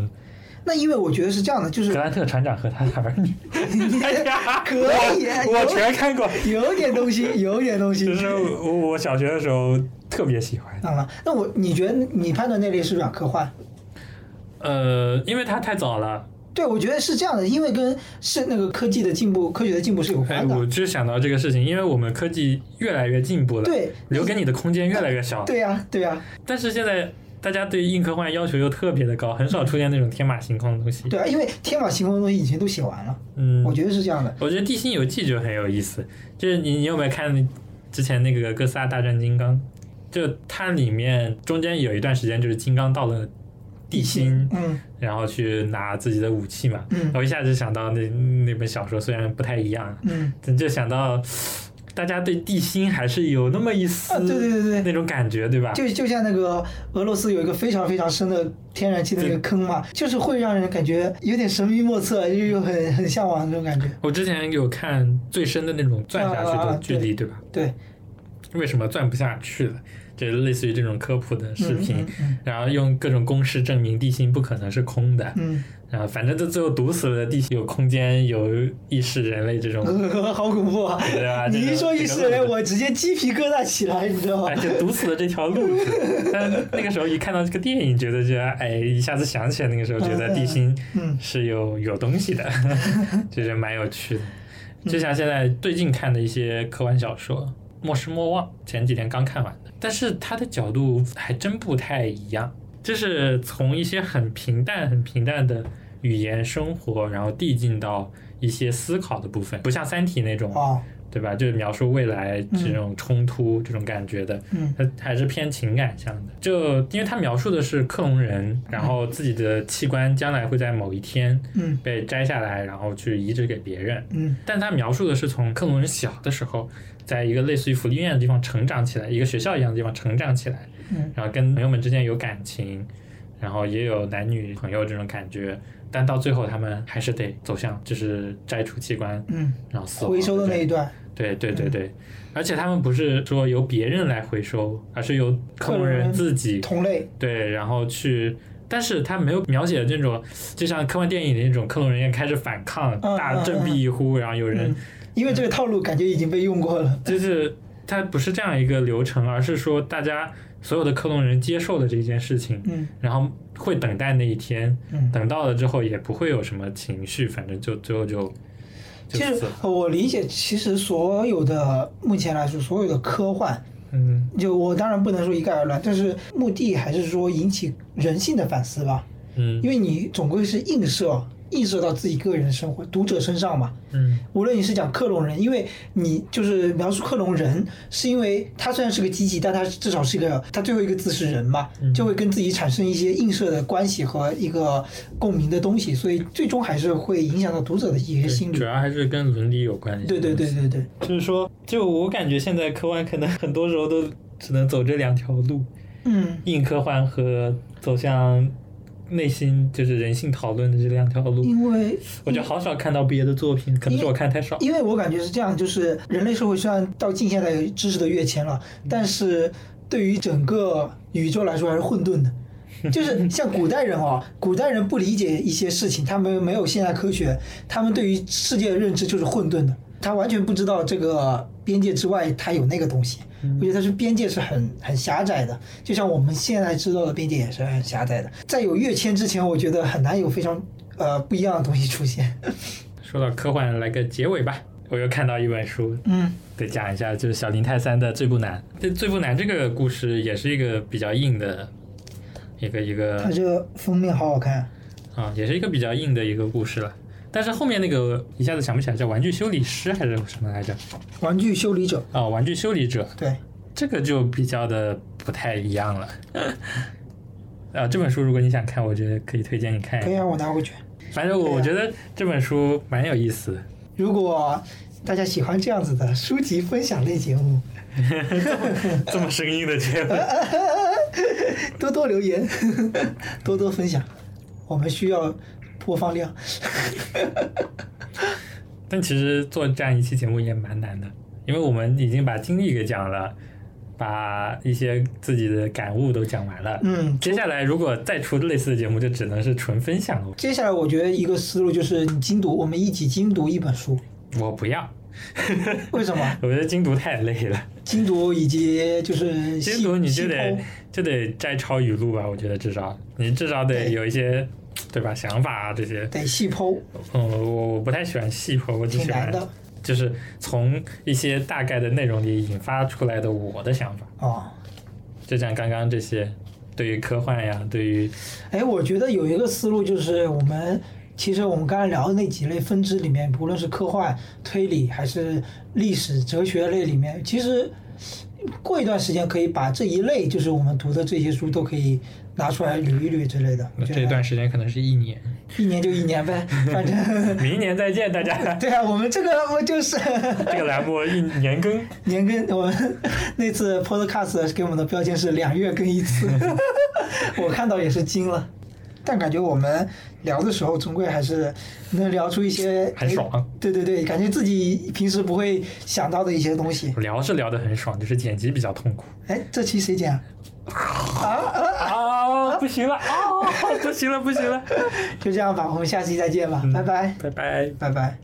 A: 那因为我觉得是这样的，就是
B: 格兰特船长和他的儿女。 <laughs> 哎呀，
A: 可以啊
B: <laughs> 我我
A: 有
B: 全看过，
A: 有点东
B: <laughs>
A: 西，有点东西
B: 就。是我我小学的时候特别喜欢。
A: 啊，那我你觉得你判断那类是软科幻？
B: 呃，因为它太早了，
A: 对，我觉得是这样的，因为跟是那个科技的进步、科学的进步是有
B: 哎，
A: 关的。
B: 我就想到这个事情，因为我们科技越来越进步了，
A: 对
B: 留给你的空间越来越少。
A: 对呀、对呀、
B: 但是现在大家对硬科幻要求又特别的高，很少出现那种天马行空的东西。
A: 对啊，因为天马行空的东西以前都写完了，
B: 嗯，
A: 我觉得是这样的。
B: 我觉得《地心游记》就很有意思，就是你你有没有看之前那个哥斯拉大战金刚？就它里面中间有一段时间，就是金刚到了地心，
A: 嗯
B: 然后去拿自己的武器嘛。
A: 嗯
B: 我一下就想到那那本小说，虽然不太一样，
A: 嗯
B: 但就想到大家对地心还是有那么一丝、
A: 啊，对对对对，
B: 那种感觉，对吧？
A: 就就像那个俄罗斯有一个非常非常深的天然气的那个坑嘛，就是会让人感觉有点神秘莫测，又又很很向往那种感觉。
B: 我之前有看最深的那种钻下去
A: 啊啊啊
B: 的距离，对吧？
A: 对，
B: 为什么钻不下去了？这类似于这种科普的视频，
A: 嗯嗯
B: 然后用各种公式证明地心不可能是空的，
A: 嗯， <laughs>
B: 然后反正就最后堵死了地心有空间有意识人类这种，
A: 嗯好恐怖啊！
B: 对吧？
A: 你一
B: 这
A: 说
B: 种
A: 意识人，我直接鸡皮疙瘩起来，你知道 <laughs> 吗
B: 哎，？就堵死了这条路。但那个时候一看到这个电影，觉得就哎，一下子想起来那个时候，觉得地心
A: 嗯
B: 是有有东西的， <laughs> 就是蛮有趣的。就像现在最近看的一些科幻小说，《莫失莫忘》，前几天刚看完的，但是它的角度还真不太一样，就是从一些很平淡、很平淡的语言生活，然后递进到一些思考的部分，不像《三体》那种
A: 哦，
B: 对吧？就是描述未来这种冲突、这种感觉的，
A: 嗯
B: 它还是偏情感向的。就因为它描述的是克隆人，然后自己的器官将来会在某一天
A: 嗯
B: 被摘下来，然后去移植给别人。
A: 嗯
B: 但它描述的是从克隆人小的时候，在一个类似于福利院的地方成长起来，一个学校一样的地方成长起来，
A: 嗯
B: 然后跟朋友们之间有感情，然后也有男女朋友这种感觉，但到最后他们还是得走向就是摘除器官，
A: 嗯，
B: 然后死亡
A: 回收的
B: 这
A: 那
B: 样
A: 一段，
B: 对对
A: 嗯
B: 对对，而且他们不是说由别人来回收，而是由克隆人自己
A: 同类，
B: 对，然后去。但是他没有描写这种，就像科幻电影里那种克隆人开始反抗，
A: 嗯
B: 大
A: 嗯
B: 振臂一呼，然后有人
A: 嗯，因为这个套路感觉已经被用过了。
B: 就是它不是这样一个流程，而是说大家所有的克隆人接受了这件事情，
A: 嗯
B: 然后会等待那一天，
A: 嗯，
B: 等到了之后也不会有什么情绪，反正就最后就
A: 其
B: 就
A: 实
B: 死了。
A: 呃我理解，其实所有的目前来说，所有的科幻，
B: 嗯，
A: 就我当然不能说一概而论，但是目的还是说引起人性的反思吧，
B: 嗯
A: 因为你总归是映射映射到自己个人的生活、读者身上嘛。
B: 嗯
A: 无论你是讲克隆人，因为你就是描述克隆人，是因为他虽然是个机器，但他至少是一个，他最后一个字是人嘛，就会跟自己产生一些映射的关系和一个共鸣的东西，所以最终还是会影响到读者的一些心理
B: 主。要还是跟伦理有关系。
A: 对对对对对，
B: 就是说，就我感觉现在科幻可能很多时候都只能走这两条路，
A: 嗯。
B: 硬科幻和走向内心就是人性讨论的这两条路。
A: 因为
B: 我觉得好少看到别的作品，可能是我看太少。
A: 因为我感觉是这样，就是人类社会虽然到近现代知识的跃迁了，但是对于整个宇宙来说还是混沌的。 <laughs> 就是像古代人啊，古代人不理解一些事情，他们没有现代科学，他们对于世界的认知就是混沌的，他完全不知道这个边界之外它有那个东西。我觉得它是边界是很很狭窄的，就像我们现在知道的边界也是很狭窄的。在有跃迁之前，我觉得很难有非常呃不一样的东西出现。 <laughs>
B: 说到科幻，来个结尾吧。我又看到一本书，
A: 嗯
B: 得讲一下，就是小林泰三的《最不难》。这《最不难》这个故事也是一个比较硬的，一个一个
A: 它这个封面好好看，
B: 啊、也是一个比较硬的一个故事了。但是后面那个一下子想不起来叫《玩具修理师》还是什么来着？
A: 《玩具修理者》
B: 啊、玩具修理者》
A: 对，
B: 这个就比较的不太一样了。啊，这本书如果你想看，我觉得可以推荐你看
A: 可以
B: 一下。
A: 让我拿回去。
B: 反正我
A: 可以啊
B: 我觉得这本书蛮有意思的。
A: 如果大家喜欢这样子的书籍分享类节目，
B: 这么生硬的结尾，
A: 多多留言， <laughs> 多多分享，我们需要播放量。 <laughs>
B: 但其实做这样一期节目也蛮难的，因为我们已经把经历给讲了，把一些自己的感悟都讲完了。
A: 嗯，
B: 接下来如果再出类似的节目，就只能是纯分享了。
A: 接下来我觉得一个思路就是你精读，我们一起精读一本书。
B: 我不要， <laughs>
A: 为什么？
B: 我觉得精读太累了，
A: 精读以及就是细
B: 精读你就
A: 细
B: 得
A: 剖
B: 就得摘抄语录吧，我觉得至少你至少得
A: 对
B: 有一些对吧？想法啊这些，
A: 得细剖，
B: 嗯，我我不太喜欢细剖，我只
A: 挺
B: 喜
A: 难
B: 欢
A: 的
B: 就是从一些大概的内容里引发出来的我的想法，
A: 哦。
B: 就像刚刚这些，对于科幻呀，对于
A: 哎，我觉得有一个思路就是我们。其实我们刚才聊的那几类分支里面，不论是科幻、推理还是历史、哲学类里面，其实过一段时间可以把这一类，就是我们读的这些书都可以拿出来捋一捋之类的。我觉
B: 这
A: 得
B: 段时间可能是一年，
A: 一年就一年呗，反正。
B: 明年再见大家
A: <laughs> 对啊，我们这个我就是
B: 这个栏目一年更，
A: 年更，我们那次 Podcast 给我们的标签是两月更一 <laughs> 次，我看到也是惊了。但感觉我们聊的时候，终归还是能聊出一些哎
B: 很爽。
A: 对对对，感觉自己平时不会想到的一些东西。
B: 聊是聊得很爽，就是剪辑比较
A: <laughs>
B: 痛苦。
A: 哎，这期谁讲？
B: 啊，不行了，啊，不行了，不行了，
A: 就这样吧，我们下期再见吧，拜拜，
B: 拜拜。
A: 嗯拜拜。